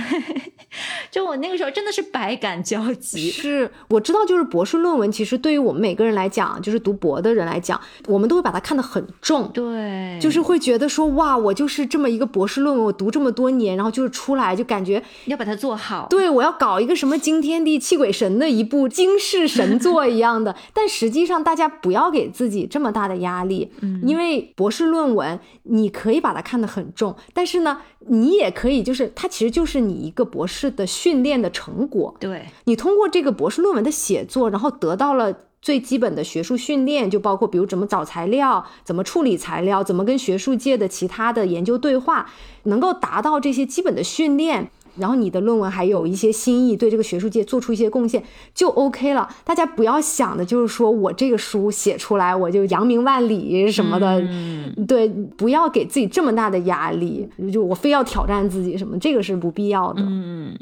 Speaker 2: 就我那个时候真的是百感交集。
Speaker 1: 是我知道，就是博士论文，其实对于我们每个人来讲，就是读博的人来讲，我们都会把它看得很重。
Speaker 2: 对，
Speaker 1: 就是会觉得说哇，我就是这么一个博士论文，我读这么多年，然后就是出来就感觉，
Speaker 2: 要把它做好。
Speaker 1: 对我要搞一个什么惊天地泣鬼神的一部惊世神作一样的。 但实际上，大家不要给自己这么大的压力，因为博士论文你可以把它看得很重，但是呢，你也可以就是它其实就是你一个博士的训练的成果，
Speaker 2: 对，
Speaker 1: 你通过这个博士论文的写作，然后得到了。最基本的学术训练，就包括比如怎么找材料、怎么处理材料、怎么跟学术界的其他的研究对话，能够达到这些基本的训练，然后你的论文还有一些新意，对这个学术界做出一些贡献，就 OK 了。大家不要想的就是说我这个书写出来我就扬名万里什么的，
Speaker 2: 嗯，
Speaker 1: 对，不要给自己这么大的压力，就我非要挑战自己什么，这个是不必要的。
Speaker 2: 嗯，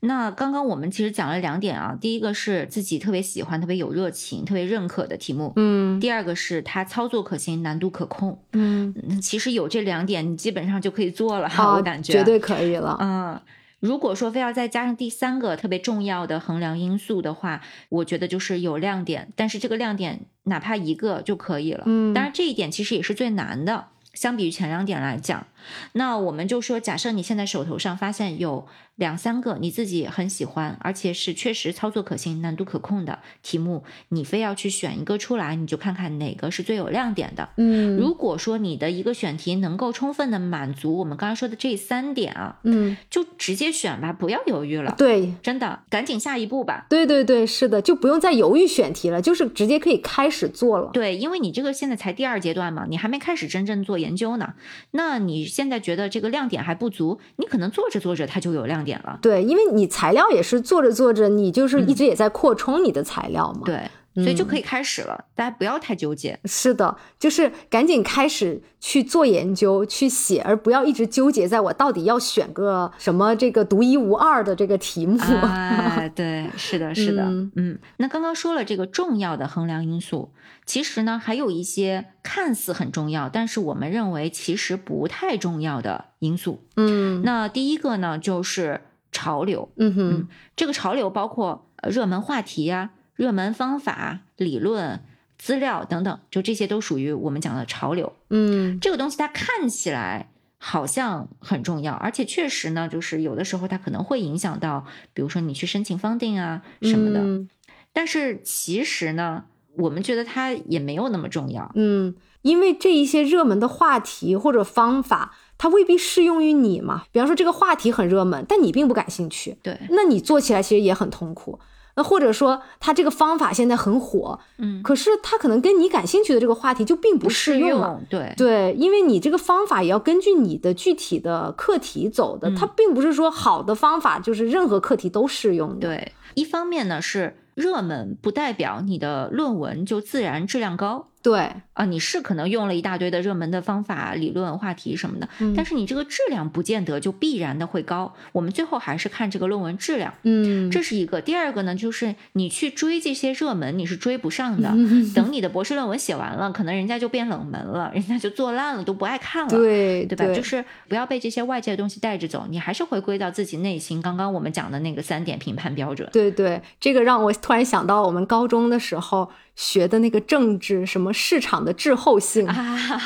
Speaker 2: 那刚刚我们其实讲了两点啊，第一个是自己特别喜欢、特别有热情、特别认可的题目。
Speaker 1: 嗯
Speaker 2: 第二个是它操作可行、难度可控，
Speaker 1: 嗯，
Speaker 2: 嗯其实有这两点，你基本上就可以做了哈，
Speaker 1: 啊，
Speaker 2: 我感觉
Speaker 1: 绝对可以了。
Speaker 2: 嗯，如果说非要再加上第三个特别重要的衡量因素的话，我觉得就是有亮点，但是这个亮点哪怕一个就可以了。
Speaker 1: 嗯
Speaker 2: 当然这一点其实也是最难的，相比于前两点来讲。那我们就说，假设你现在手头上发现有两三个你自己很喜欢，而且是确实操作可行、难度可控的题目，你非要去选一个出来，你就看看哪个是最有亮点的。
Speaker 1: 嗯，
Speaker 2: 如果说你的一个选题能够充分的满足我们刚才说的这三点啊，
Speaker 1: 嗯，
Speaker 2: 就直接选吧，不要犹豫了。
Speaker 1: 对。
Speaker 2: 真的，赶紧下一步吧。
Speaker 1: 对对对，是的，就不用再犹豫选题了，就是直接可以开始做了。
Speaker 2: 对，因为你这个现在才第二阶段嘛，你还没开始真正做研究呢。那你现在觉得这个亮点还不足，你可能做着做着它就有亮点了。
Speaker 1: 对，因为你材料也是做着做着，你就是一直也在扩充你的材料嘛。，
Speaker 2: 嗯对，所以就
Speaker 1: 嗯
Speaker 2: 可以开始了。大家不要太纠结。
Speaker 1: 是的，就是赶紧开始去做研究、去写，而不要一直纠结在我到底要选个什么这个独一无二的这个题目。
Speaker 2: 啊，对，是的，是的，
Speaker 1: 嗯
Speaker 2: 嗯那刚刚说了这个重要的衡量因素，其实呢还有一些看似很重要，但是我们认为其实不太重要的因素。
Speaker 1: 嗯
Speaker 2: 那第一个呢就是潮流，
Speaker 1: 嗯哼，
Speaker 2: 这个潮流包括呃热门话题呀、热门方法、理论、资料等等，就这些都属于我们讲的潮流。
Speaker 1: 嗯
Speaker 2: 这个东西它看起来好像很重要，而且确实呢，就是有的时候它可能会影响到，比如说你去申请 funding 啊什么的。
Speaker 1: 嗯
Speaker 2: 但是其实呢，我们觉得它也没有那么重要。
Speaker 1: 嗯，因为这一些热门的话题或者方法，它未必适用于你嘛。比方说这个话题很热门，但你并不感兴趣，
Speaker 2: 对，
Speaker 1: 那你做起来其实也很痛苦。那或者说，它这个方法现在很火，
Speaker 2: 嗯，
Speaker 1: 可是它可能跟你感兴趣的这个话题就并不适用了。
Speaker 2: 用，对，
Speaker 1: 对，因为你这个方法也要根据你的具体的课题走的，
Speaker 2: 嗯
Speaker 1: 它并不是说好的方法就是任何课题都适用的。
Speaker 2: 对，一方面呢是热门不代表你的论文就自然质量高，
Speaker 1: 对，
Speaker 2: 啊，你是可能用了一大堆的热门的方法、理论、话题什么的，
Speaker 1: 嗯
Speaker 2: 但是你这个质量不见得就必然的会高。我们最后还是看这个论文质量，
Speaker 1: 嗯，
Speaker 2: 这是一个。第二个呢，就是你去追这些热门，你是追不 上的。等你的博士论文写完了，可能人家就变冷门了，人家就做烂了，都不爱看了。
Speaker 1: 对
Speaker 2: 啊对吧？就是不要被这些外界的东西带着走，你还是回归到自己内心。刚刚我们讲的那个三点评判标 准，
Speaker 1: 对对，这个让我突然想到我们高中的时候学的那个政治，什么市场的滞后
Speaker 2: 啊
Speaker 1: 性，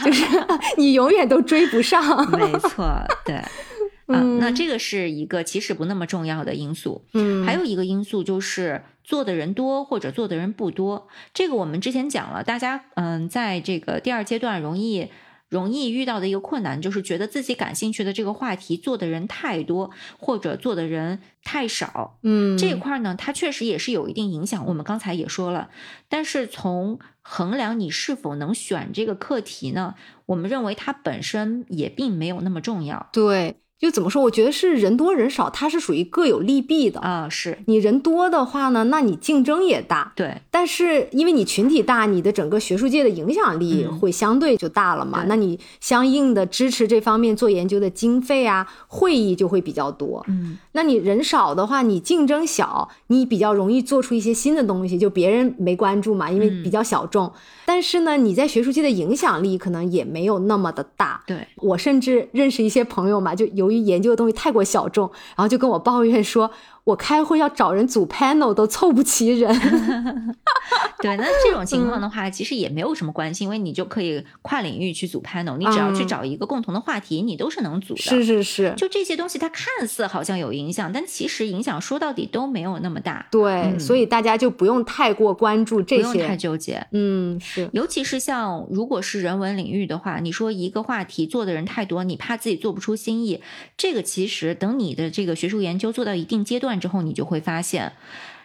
Speaker 1: 就是 你永远都追不上。
Speaker 2: 没错， 对，嗯，那这个是一个其实不那么重要的因素。
Speaker 1: 嗯
Speaker 2: 还有一个因素就是做的人多或者做的人不多，这个我们之前讲了，大家嗯，在这个第二阶段容易。容易遇到的一个困难就是觉得自己感兴趣的这个话题做的人太多，或者做的人太少。
Speaker 1: 嗯，
Speaker 2: 这一块呢，它确实也是有一定影响。我们刚才也说了，但是从衡量你是否能选这个课题呢，我们认为它本身也并没有那么重要
Speaker 1: 对，就怎么说？我觉得是人多人少，它是属于各有利弊的。
Speaker 2: 啊、是
Speaker 1: 你人多的话呢，那你竞争也大，
Speaker 2: 对，
Speaker 1: 但是因为你群体大，你的整个学术界的影响力
Speaker 2: 嗯
Speaker 1: 会相对就大了嘛。
Speaker 2: 对
Speaker 1: 那你相应的支持这方面做研究的经费啊，会议就会比较多。
Speaker 2: 嗯，
Speaker 1: 那你人少的话，你竞争小，你比较容易做出一些新的东西，就别人没关注嘛，因为比较小
Speaker 2: 嗯
Speaker 1: 众。但是呢，你在学术界的影响力可能也没有那么的大。
Speaker 2: 对，
Speaker 1: 我甚至认识一些朋友嘛，就由于研究的东西太过小众，然后就跟我抱怨说，我开会要找人组 panel 都凑不齐 人。
Speaker 2: 对，那这种情
Speaker 1: 嗯
Speaker 2: 况的话，其实也没有什么关系，因为你就可以跨领域去组 panel，你只要去
Speaker 1: 嗯
Speaker 2: 找一个共同的话题，你都是能组的。
Speaker 1: 是是是，
Speaker 2: 就这些东西，它看似好像有影响，但其实影响说到底都没有那么大，
Speaker 1: 对，
Speaker 2: 嗯
Speaker 1: 所以大家就不用太过关注
Speaker 2: 不
Speaker 1: 这
Speaker 2: 用太
Speaker 1: 些。
Speaker 2: 纠结。
Speaker 1: 嗯，是
Speaker 2: 尤其是像如果是人文领域的话，你说一个话题做的人太多，你怕自己做不出新意，这个其实等你的这个学术研究做到一定阶段之后，你就会发现，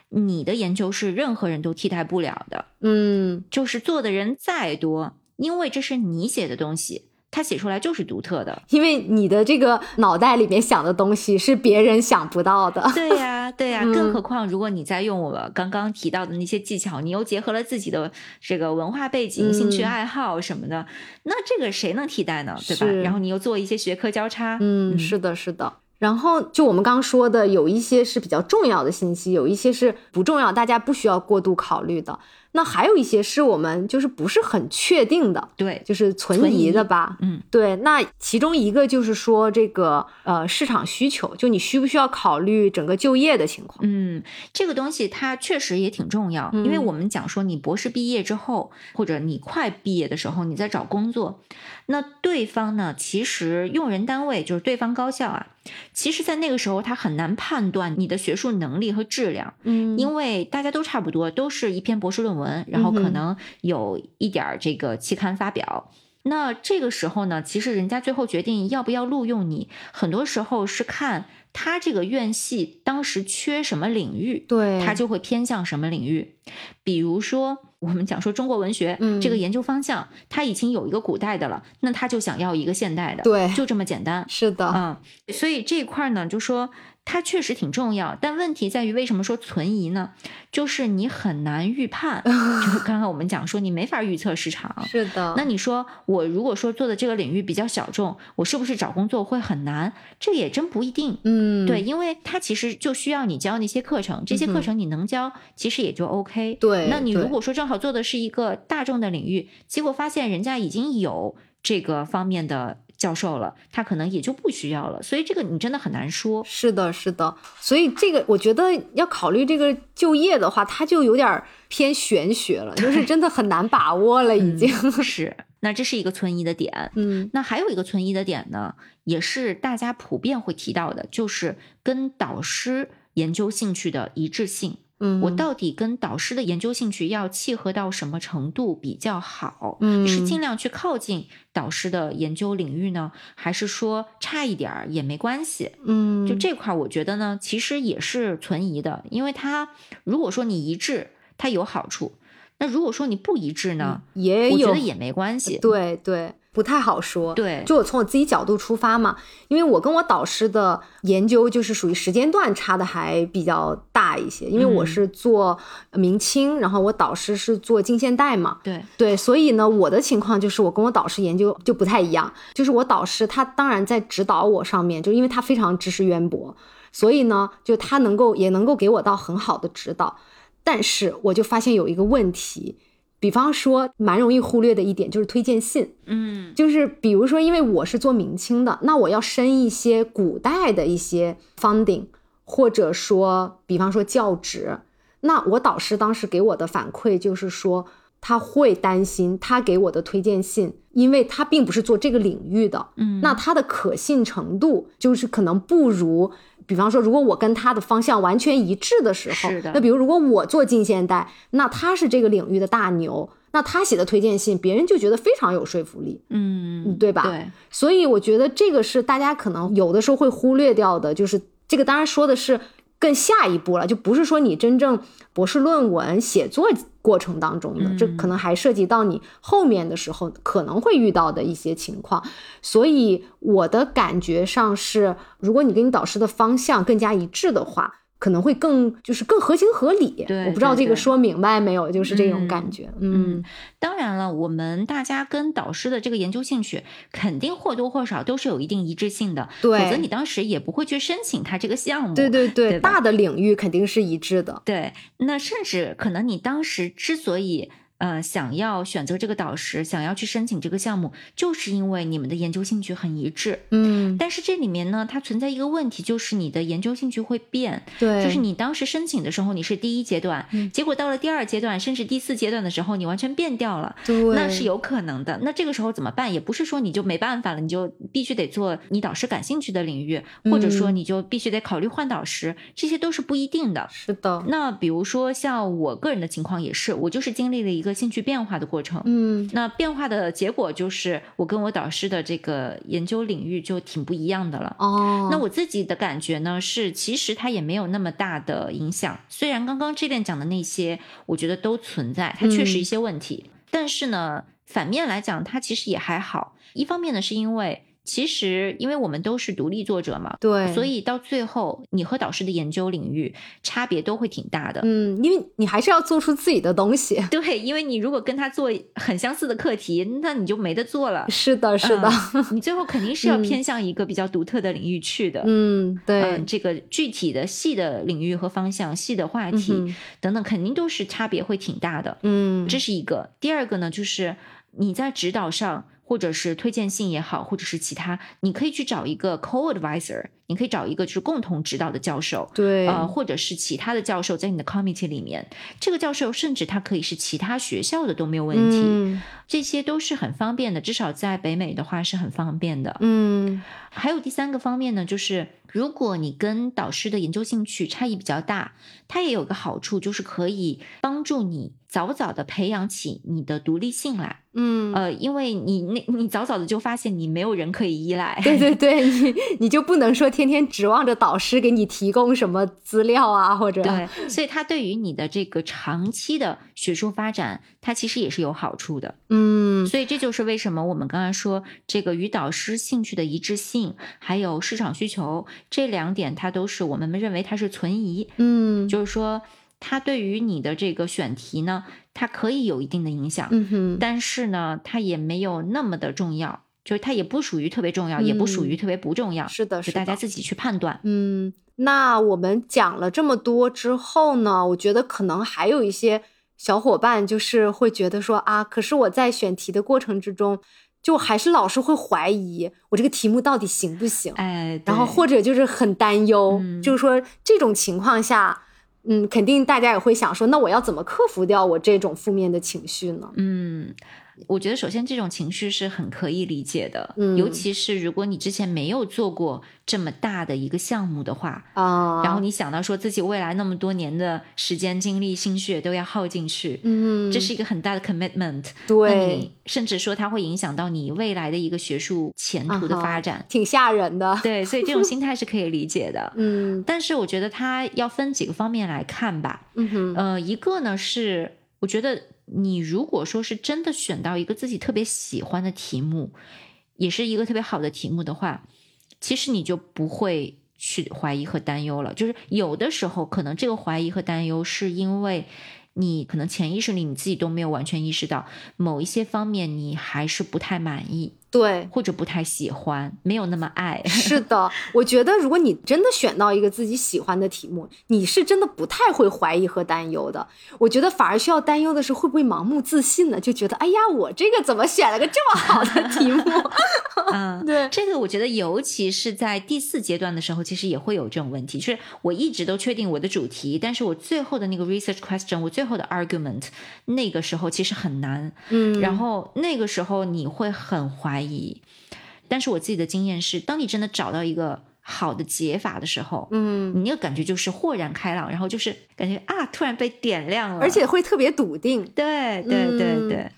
Speaker 2: 你的研究是任何人都替代不了的。
Speaker 1: 嗯
Speaker 2: 就是做的人再多，因为这是你写的东西，他写出来就是独特
Speaker 1: 。
Speaker 2: 的
Speaker 1: 因为你的这个脑袋里面想的东西是别人想不到的。
Speaker 2: 对呀、对呀、
Speaker 1: 嗯
Speaker 2: 更何况如果你再用我刚刚提到的那些技巧，你又结合了自己的这个文化背景、
Speaker 1: 嗯
Speaker 2: 兴趣爱好什么的，那这个谁能替代呢？对吧？
Speaker 1: 是
Speaker 2: 然后你又做一些学科交叉，
Speaker 1: 嗯，是的，是的。然后就我们刚刚说的，有一些是比较重要的信息，有一些是不重要，大家不需要过度考虑的。那还有一些是我们就是不是很确定的，
Speaker 2: 对，
Speaker 1: 就是存
Speaker 2: 存
Speaker 1: 疑
Speaker 2: 疑
Speaker 1: 的吧。
Speaker 2: 嗯，
Speaker 1: 对，那其中一个就是说这个呃市场需求，就你需不需要考虑整个就业的情况？
Speaker 2: 嗯，这个东西它确实也挺重要，因为我们讲说你博士毕业之后，或者你快毕业的时候，你在找工作，那对方呢，其实用人单位就是对方高校啊，其实在那个时候他很难判断你的学术能力和质量，
Speaker 1: 嗯
Speaker 2: 因为大家都差不多，都是一篇博士论文，然后可能有一点儿这个期刊发表。那这个时候呢，其实人家最后决定要不要录用你，很多时候是看他这个院系当时缺什么领域，
Speaker 1: 对，
Speaker 2: 他就会偏向什么领域。比如说，我们讲说中国文学、
Speaker 1: 嗯
Speaker 2: 这个研究方向，他已经有一个古代的了，那他就想要一个现代的，
Speaker 1: 对
Speaker 2: 就这么简单。
Speaker 1: 是的，
Speaker 2: 嗯，所以这一块儿呢，就说它确实挺重要，但问题在于为什么说存疑呢？就是你很难预判，就刚刚我们讲说你没法预测市场。
Speaker 1: 是的。
Speaker 2: 嗯那你说我如果说做的这个领域比较小众，我是不是找工作会很难？这也真不一定。
Speaker 1: 嗯，
Speaker 2: 对，因为它其实就需要你教那些课程，这些课程你能教，其实也就 OK。
Speaker 1: 对
Speaker 2: 那你
Speaker 1: 对
Speaker 2: 如果说正好做的是一个大众的领域，结果发现人家已经有这个方面的教授了，他可能也就不需要了。所以这个你真的很 难说。
Speaker 1: 是的，是的，所以这个我觉得要考虑这个就业的话，它就有点儿偏玄学了，就是真的很难把握了，
Speaker 2: 嗯
Speaker 1: 已经。
Speaker 2: 是，那这是一个存疑的点。
Speaker 1: 嗯
Speaker 2: 那还有一个存疑的点呢，也是大家普遍会提到的，就是跟导师研究兴趣的一致性。
Speaker 1: 嗯，
Speaker 2: 我到底跟导师的研究兴趣要契合到什么程度比较好？
Speaker 1: 嗯
Speaker 2: 是尽量去靠近导师的研究领域呢，还是说差一点儿也没关系？
Speaker 1: 嗯，
Speaker 2: 就这块，我觉得呢，其实也是存疑的，因为它如果说你一致，它有好处；那如果说你不一致呢，
Speaker 1: 嗯也
Speaker 2: 我觉
Speaker 1: 有
Speaker 2: 得也没关系。
Speaker 1: 对对，不太好说。
Speaker 2: 对
Speaker 1: 就我从我自己角度出发嘛，因为我跟我导师的研究就是属于时间段差的还比较大一些，因为
Speaker 2: 嗯
Speaker 1: 我是做明清，然后我导师是做近现代嘛，
Speaker 2: 对，
Speaker 1: 对，所以呢，我的情况就是我跟我导师研究就不太一样，就是我导师他当然在指导我上面，就因为他非常知识渊博，所以呢，就他能够也能够给我到很好的指导，但是我就发现有一个问题，比方说蛮容易忽略的一点就是推荐信，
Speaker 2: 嗯
Speaker 1: 就是比如说，因为我是做明清的，那我要申一些古代的一些 funding，或者说，比方说教职。那我导师当时给我的反馈就是说，他会担心他给我的推荐信，因为他并不是做这个领域的，
Speaker 2: 嗯，
Speaker 1: 那它的可信程度就是可能不如，比方说，如果我跟他的方向完全一致的时候
Speaker 2: 是的，
Speaker 1: 那比如如果我做近现代，那他是这个领域的大牛，那他写的推荐信，别人就觉得非常有说服力。
Speaker 2: 嗯，
Speaker 1: 对吧
Speaker 2: 对，
Speaker 1: 所以我觉得这个是大家可能有的时候会忽略掉的，就是这个当然说的是更下一步了，就不是说你真正博士论文写作过程当中的，嗯这可能还涉及到你后面的时候可能会遇到的一些情况。所以我的感觉上是，如果你跟你导师的方向更加一致的话。可能会更就是更合情合理，
Speaker 2: 对
Speaker 1: 我不知道
Speaker 2: 对
Speaker 1: 这个
Speaker 2: 对
Speaker 1: 说明白没有，就是这种
Speaker 2: 嗯
Speaker 1: 感觉，
Speaker 2: 嗯
Speaker 1: 嗯，
Speaker 2: 当然了，我们大家跟导师的这个研究兴趣，肯定或多或少都是有一定一致性的，
Speaker 1: 对
Speaker 2: 否则你当时也不会去申请他这个项目。
Speaker 1: 对对对，
Speaker 2: 对吧
Speaker 1: 大的领域肯定是一致的，
Speaker 2: 对，那甚至可能你当时之所以呃想要选择这个导师，想要去申请这个项目，就是因为你们的研究兴趣很一致。
Speaker 1: 嗯，
Speaker 2: 但是这里面呢，它存在一个问题，就是你的研究兴趣会变。
Speaker 1: 对，嗯
Speaker 2: 就是你当时申请的时候，你是第一阶段，结果到了第二阶段，甚至第四阶段的时候，你完全变掉了。
Speaker 1: 对，
Speaker 2: 那是有可能的。那这个时候怎么办？也不是说你就没办法了，你就必须得做你导师感兴趣的领域，或者说
Speaker 1: 嗯
Speaker 2: 你就必须得考虑换导师，这些都是不一定的。
Speaker 1: 是的，
Speaker 2: 那比如说像我个人的情况也是，我就是经历了一个兴趣变化的过程。
Speaker 1: 嗯
Speaker 2: 那变化的结果就是我跟我导师的这个研究领域就挺不一样的了。
Speaker 1: 哦，
Speaker 2: 那我自己的感觉呢是，其实它也没有那么大的影响。虽然刚刚这边讲的那些，我觉得都存在，它确实
Speaker 1: 嗯
Speaker 2: 一些问题，但是呢，反面来讲，它其实也还好。一方面呢，是因为其实因为我们都是独立作者嘛，
Speaker 1: 对，
Speaker 2: 所以到最后你和导师的研究领域差别都会挺大的。
Speaker 1: 嗯，因为你还是要做出自己的东西，
Speaker 2: 对，因为你如果跟他做很相似的课题，那你就没得做了。
Speaker 1: 是的，是的，
Speaker 2: 嗯你最后肯定是要
Speaker 1: 嗯
Speaker 2: 偏向一个比较独特的领域去的。
Speaker 1: 嗯，对
Speaker 2: 嗯，，这个具体的细的领域和方向、细的话
Speaker 1: 嗯
Speaker 2: 题、
Speaker 1: 哼
Speaker 2: 等等，肯定都是差别会挺大的。
Speaker 1: 嗯，
Speaker 2: 这是一个。第二个呢，就是你在指导上，或者是推荐信也好，或者是其他，你可以去找一个 co-advisor，你可以找一个就是共同指导的教授。
Speaker 1: 对，
Speaker 2: 呃，或者是其他的教授在你的 committee 里面，这个教授甚至他可以是其他学校的都没有问题，
Speaker 1: 嗯
Speaker 2: 这些都是很方便的，至少在北美的话是很方便的。
Speaker 1: 嗯，
Speaker 2: 还有第三个方面呢，就是如果你跟导师的研究兴趣差异比较大，它也有个好处，就是可以帮助你早早的培养起你的独立性来。
Speaker 1: 嗯，
Speaker 2: 呃，因为你那你早早的就发现你没有人可以依赖。
Speaker 1: 对对对，你你就不能说天天指望着导师给你提供什么资料啊，或者
Speaker 2: 对，所以它对于你的这个长期的学术发展，它其实也是有好处的。
Speaker 1: 嗯，
Speaker 2: 所以这就是为什么我们刚才说这个与导师兴趣的一致性，还有市场需求这两点，它都是我们认为它是存疑，
Speaker 1: 嗯，
Speaker 2: 就是说它对于你的这个选题呢，它可以有一定的影响，
Speaker 1: 嗯哼，
Speaker 2: 但是呢，它也没有那么的重要，就是它也不属于特别重要，也不属于特别不重要，
Speaker 1: 嗯是的，
Speaker 2: 就是大
Speaker 1: 的
Speaker 2: 家。自己去判断。
Speaker 1: 嗯，那我们讲了这么多之后呢，我觉得可能还有一些小伙伴就是会觉得说啊，可是我在选题的过程之中，就还是老是会怀疑我这个题目到底行不行，
Speaker 2: 哎，
Speaker 1: 然后
Speaker 2: 对
Speaker 1: 或者就是很担忧，
Speaker 2: 嗯
Speaker 1: 就是说这种情况下，嗯，肯定大家也会想说，那我要怎么克服掉我这种负面的情绪呢？
Speaker 2: 嗯，我觉得首先这种情绪是很可以理解的，
Speaker 1: 嗯
Speaker 2: 尤其是如果你之前没有做过这么大的一个项目的话，
Speaker 1: 啊，
Speaker 2: 然后你想到说自己未来那么多年的时间、精力、心血都要耗进去，
Speaker 1: 嗯，
Speaker 2: 这是一个很大的 commitment。那
Speaker 1: 对
Speaker 2: 你，甚至说它会影响到你未来的一个学术前途的
Speaker 1: 啊哈
Speaker 2: 发展。
Speaker 1: 挺吓人的，
Speaker 2: 对，所以这种心态是可以理解的。
Speaker 1: 嗯
Speaker 2: 呃但是我觉得它要分几个方面来看吧。
Speaker 1: 嗯哼，
Speaker 2: 呃，一个呢是。我觉得你如果说是真的选到一个自己特别喜欢的题目，也是一个特别好的题目的话，其实你就不会去怀疑和担忧了。就是有的时候，可能这个怀疑和担忧是因为你可能潜意识里你自己都没有完全意识到某一些方面你还是不太满意，
Speaker 1: 对，
Speaker 2: 或者不太喜欢，没有那么爱。
Speaker 1: 是的，我觉得如果你真的选到一个自己喜欢的题目，你是真的不太会怀疑和担忧的。我觉得反而需要担忧的是会不会盲目自信呢？就觉得哎呀，我这个怎么选了个这么好的题 目？
Speaker 2: 嗯，
Speaker 1: 对
Speaker 2: 这个我觉得，尤其是在第四阶段的时候，其实也会有这种问题，就是我一直都确定我的主题，但是我最后的那个 research question，我最后的 argument，那个时候其实很难，
Speaker 1: 嗯
Speaker 2: 然后那个时候你会很怀疑。但是我自己的经验是，当你真的找到一个好的解法的时候，
Speaker 1: 嗯，
Speaker 2: 你那个感觉就是豁然开朗，然后就是感觉啊，突然被点亮了，
Speaker 1: 而且嗯会特别笃定。
Speaker 2: 对对对对，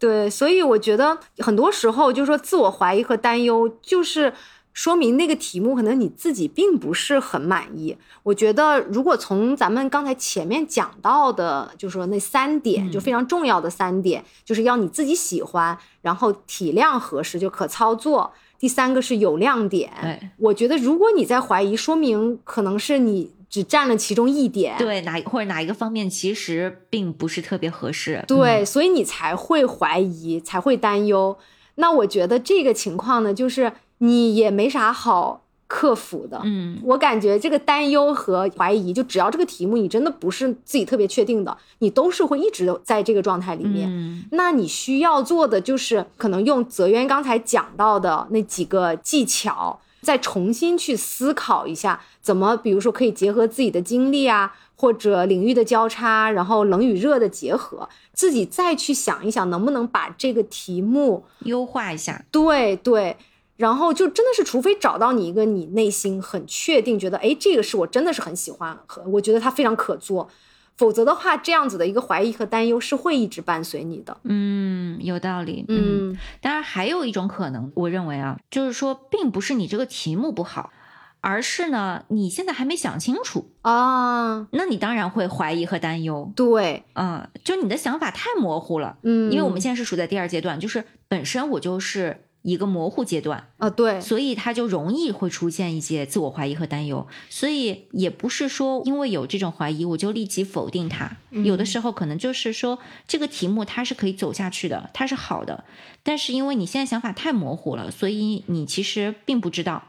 Speaker 1: 对，所以我觉得很多时候就是说自我怀疑和担忧，就是说明那个题目可能你自己并不是很满意。我觉得如果从咱们刚才前面讲到的，就是说那三点，就非常重要的三点，就是要你自己喜欢，然后体量合适，就可操作。第三个是有亮点。
Speaker 2: 对
Speaker 1: 我觉得如果你在怀疑，说明可能是你只占了其中一点。
Speaker 2: 对哪或者哪一个方面其实并不是特别合适，
Speaker 1: 对，所以你才会怀疑，才会担忧。那我觉得这个情况呢，就是你也没啥好克服的。
Speaker 2: 嗯，
Speaker 1: 我感觉这个担忧和怀疑，就只要这个题目你真的不是自己特别确定的，你都是会一直在这个状态里面。
Speaker 2: 嗯
Speaker 1: 那你需要做的就是，可能用泽渊刚才讲到的那几个技巧，再重新去思考一下，怎么，比如说可以结合自己的经历啊，或者领域的交叉，然后冷与热的结合，自己再去想一想，能不能把这个题目，
Speaker 2: 优化一下。
Speaker 1: 对对。然后就真的是，除非找到你一个你内心很确定，觉得哎，这个是我真的是很喜欢，和我觉得它非常可做，否则的话，这样子的一个怀疑和担忧是会一直伴随你的。
Speaker 2: 嗯，有道理。，
Speaker 1: 嗯
Speaker 2: 当然还有一种可能，我认为啊，就是说，并不是你这个题目不好，而是呢，你现在还没想清楚，
Speaker 1: 啊，
Speaker 2: 那你当然会怀疑和担忧。
Speaker 1: 对，
Speaker 2: 嗯，就你的想法太模糊了，
Speaker 1: 嗯，
Speaker 2: 因为我们现在是处在第二阶段，就是本身我就是一个模糊阶段，
Speaker 1: 啊，对，
Speaker 2: 所以它就容易会出现一些自我怀疑和担忧。所以也不是说因为有这种怀疑我就立即否定它，有的时候可能就是说这个题目它是可以走下去的，它是好的，但是因为你现在想法太模糊了，所以你其实并不知道。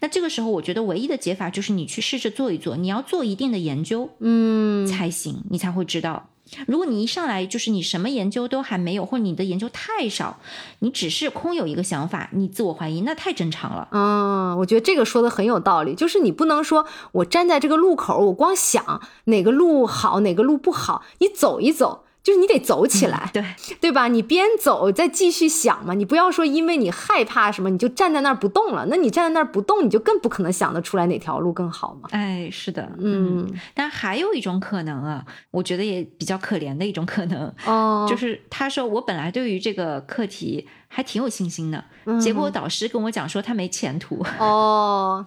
Speaker 2: 那这个时候，我觉得唯一的解法就是你去试着做一做，你要做一定的研究，
Speaker 1: 嗯，
Speaker 2: 才行，你才会知道。如果你一上来就是你什么研究都还没有，或者你的研究太少，你只是空有一个想法，你自我怀疑，那太正常了。
Speaker 1: 啊，我觉得这个说的很有道理，就是你不能说我站在这个路口，我光想哪个路好，哪个路不好，你走一走。就是你得走起来，
Speaker 2: 对，
Speaker 1: 对吧？你边走再继续想嘛，你不要说因为你害怕什么你就站在那儿不动了，那你站在那儿不动，你就更不可能想得出来哪条路更好嘛。
Speaker 2: 哎，是的，嗯。
Speaker 1: 嗯，
Speaker 2: 但还有一种可能啊，我觉得也比较可怜的一种可能，
Speaker 1: 哦，
Speaker 2: 就是他说我本来对于这个课题还挺有信心的，
Speaker 1: 嗯
Speaker 2: 结果导师跟我讲说他没前途，
Speaker 1: 哦，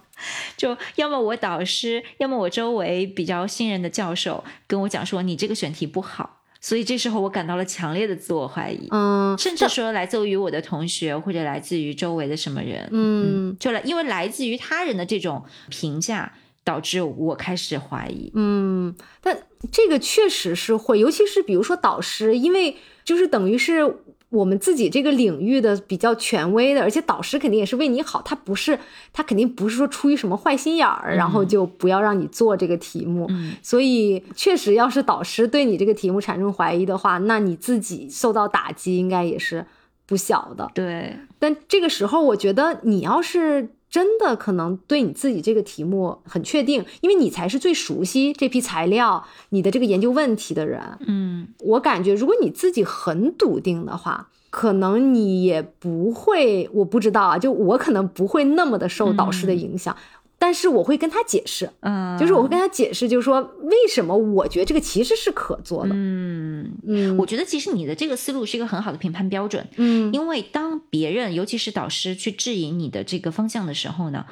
Speaker 2: 就要么我导师，要么我周围比较信任的教授跟我讲说你这个选题不好，所以这时候我感到了强烈的自我怀疑。
Speaker 1: 嗯
Speaker 2: 甚至说来自于我的同学，或者来自于周围的什么人，
Speaker 1: 嗯
Speaker 2: 就来因为来自于他人的这种评价，导致我开始怀疑。
Speaker 1: 嗯，但这个确实是会，尤其是比如说导师，因为就是等于是我们自己这个领域的比较权威的，而且导师肯定也是为你好，他不是他肯定不是说出于什么坏心眼儿，然后就不要让你做这个题目。
Speaker 2: 嗯，
Speaker 1: 所以确实，要是导师对你这个题目产生怀疑的话，那你自己受到打击应该也是不小的。
Speaker 2: 对，
Speaker 1: 但这个时候，我觉得你要是真的可能对你自己这个题目很确定，因为你才是最熟悉这批材料、你的这个研究问题的人。
Speaker 2: 嗯，
Speaker 1: 我感觉，如果你自己很笃定的话，可能你也不会，我不知道啊，就我可能不会那么的受导师的影响，但是我会跟他解释，
Speaker 2: 嗯，
Speaker 1: 就是我会跟他解释，就是说为什么我觉得这个其实是可做的。
Speaker 2: 嗯，
Speaker 1: 嗯，
Speaker 2: 我觉得其实你的这个思路是一个很好的评判标准，
Speaker 1: 嗯
Speaker 2: 因为当别人，尤其是导师去质疑你的这个方向的时候呢，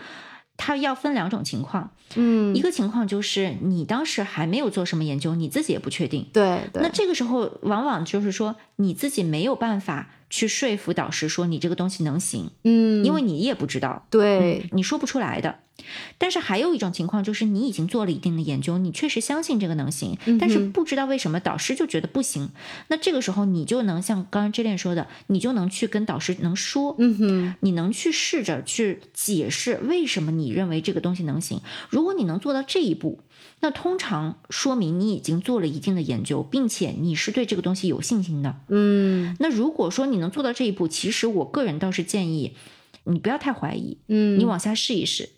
Speaker 2: 它要分两种情况，
Speaker 1: 嗯，
Speaker 2: 一个情况就是你当时还没有做什么研究，你自己也不确定。
Speaker 1: 对对，
Speaker 2: 那这个时候，往往就是说你自己没有办法去说服导师说你这个东西能行，
Speaker 1: 嗯，
Speaker 2: 因为你也不知道，
Speaker 1: 对，
Speaker 2: 呃你说不出来的。但是还有一种情况就是你已经做了一定的研究，你确实相信这个能行，但是不知道为什么导师就觉得不行。那这个时候你就能像刚刚 j e 说的，你就能去跟导师能说，
Speaker 1: 嗯哼，
Speaker 2: 你能去试着去解释为什么你认为这个东西能行。如果你能做到这一步，那通常说明你已经做了一定的研究，并且你是对这个东西有信心的。
Speaker 1: 嗯
Speaker 2: 那如果说你能做到这一步，其实我个人倒是建议你不要太怀疑，
Speaker 1: 嗯，
Speaker 2: 你往下试一试。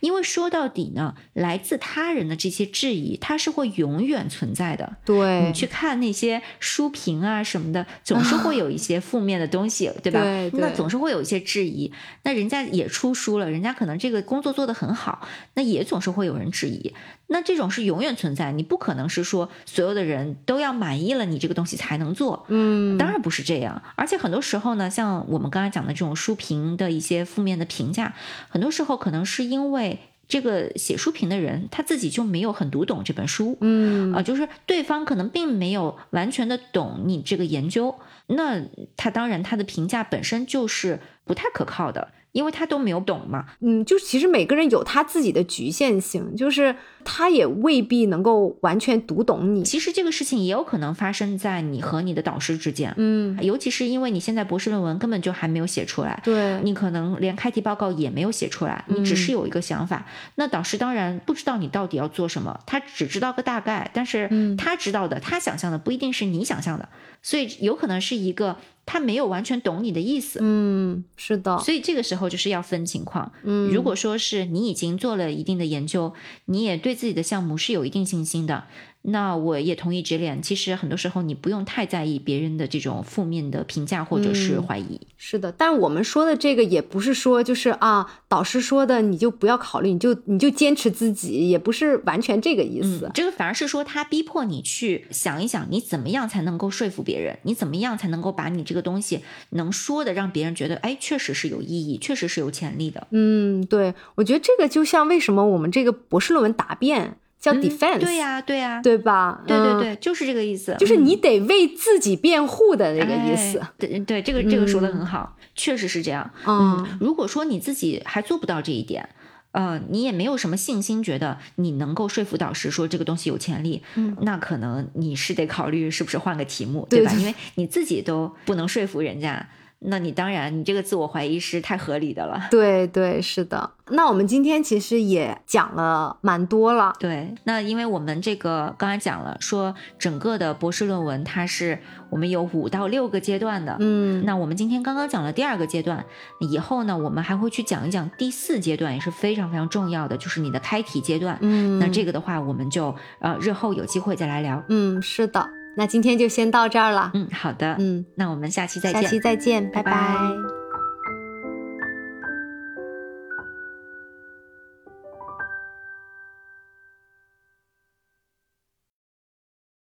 Speaker 2: 因为说到底呢，来自他人的这些质疑，它是会永远存在的。
Speaker 1: 对啊
Speaker 2: 你去看那些书评啊什么的，总是会有一些负面的东西，对吧？
Speaker 1: 对对
Speaker 2: 那总是会有一些质疑。那人家也出书了，人家可能这个工作做得很好，那也总是会有人质疑。那这种是永远存在，你不可能是说所有的人都要满意了你这个东西才能做。
Speaker 1: 嗯
Speaker 2: 当然不是这样，而且很多时候呢，像我们刚才讲的这种书评的一些负面的评价，很多时候可能是因为这个写书评的人他自己就没有很读懂这本书，
Speaker 1: 嗯
Speaker 2: 啊、就是对方可能并没有完全的懂你这个研究，那他当然他的评价本身就是不太可靠的，因为他都没有懂嘛。
Speaker 1: 嗯，就是其实每个人有他自己的局限性，就是他也未必能够完全读懂你，
Speaker 2: 其实这个事情也有可能发生在你和你的导师之间，
Speaker 1: 嗯，
Speaker 2: 尤其是因为你现在博士论文根本就还没有写出来，
Speaker 1: 对，
Speaker 2: 你可能连开题报告也没有写出来，你只
Speaker 1: 嗯
Speaker 2: 是有一个想法。那导师当然不知道你到底要做什么，他只知道个大概，但是
Speaker 1: 嗯
Speaker 2: 他知道的、他想象的不一定是你想象的，所以有可能是一个他没有完全懂你的意思。
Speaker 1: 嗯，是的，
Speaker 2: 所以这个时候就是要分情况。
Speaker 1: 嗯，
Speaker 2: 如果说是你已经做了一定的研究，你也对自己的项目是有一定信心的，那我也同意直脸。其实很多时候你不用太在意别人的这种负面的评价或者是
Speaker 1: 嗯
Speaker 2: 怀疑。
Speaker 1: 是的，但我们说的这个也不是说就是啊，导师说的你就不要考虑，你就你就坚持自己，也不是完全这个意思
Speaker 2: 嗯。，这个反而是说他逼迫你去想一想，你怎么样才能够说服别人，你怎么样才能够把你这个东西能说的让别人觉得，哎，确实是有意义，确实是有潜力的。
Speaker 1: 嗯对，我觉得这个就像为什么我们这个博士论文答辩叫 defense，、
Speaker 2: 对、呀、对呀、
Speaker 1: 嗯对吧？
Speaker 2: 对对
Speaker 1: 嗯
Speaker 2: 对，就是这个意思，
Speaker 1: 就是
Speaker 2: 嗯
Speaker 1: 你得为自己辩护的那个意思。
Speaker 2: 哎对对，这个这个说的很好，确实是这样。
Speaker 1: 嗯，
Speaker 2: 如果说你自己还做不到这一点。呃，你也没有什么信心，觉得你能够说服导师说这个东西有潜力，
Speaker 1: 嗯
Speaker 2: 那可能你是得考虑是不是换个题目，
Speaker 1: 对
Speaker 2: 吧？
Speaker 1: 对
Speaker 2: 因为你自己都不能说服人家，那你当然你这个自我怀疑是太合理的了。
Speaker 1: 对对，是的。那我们今天其实也讲了蛮多了，
Speaker 2: 对，那因为我们这个刚才讲了，说整个的博士论文它是我们有五到六个阶段的，
Speaker 1: 嗯，
Speaker 2: 那我们今天刚刚讲了第二个阶段，以后呢，我们还会去讲一讲第四阶段，也是非常非常重要的，就是你的开题阶段。
Speaker 1: 嗯
Speaker 2: 那这个的话，我们就呃日后有机会再来聊。
Speaker 1: 嗯是的。那今天就先到这儿了，
Speaker 2: 嗯，好的，
Speaker 1: 嗯，
Speaker 2: 那我们下期再
Speaker 1: 下
Speaker 2: 见。
Speaker 1: 期再见，
Speaker 2: 拜
Speaker 1: 拜
Speaker 2: 拜
Speaker 1: 拜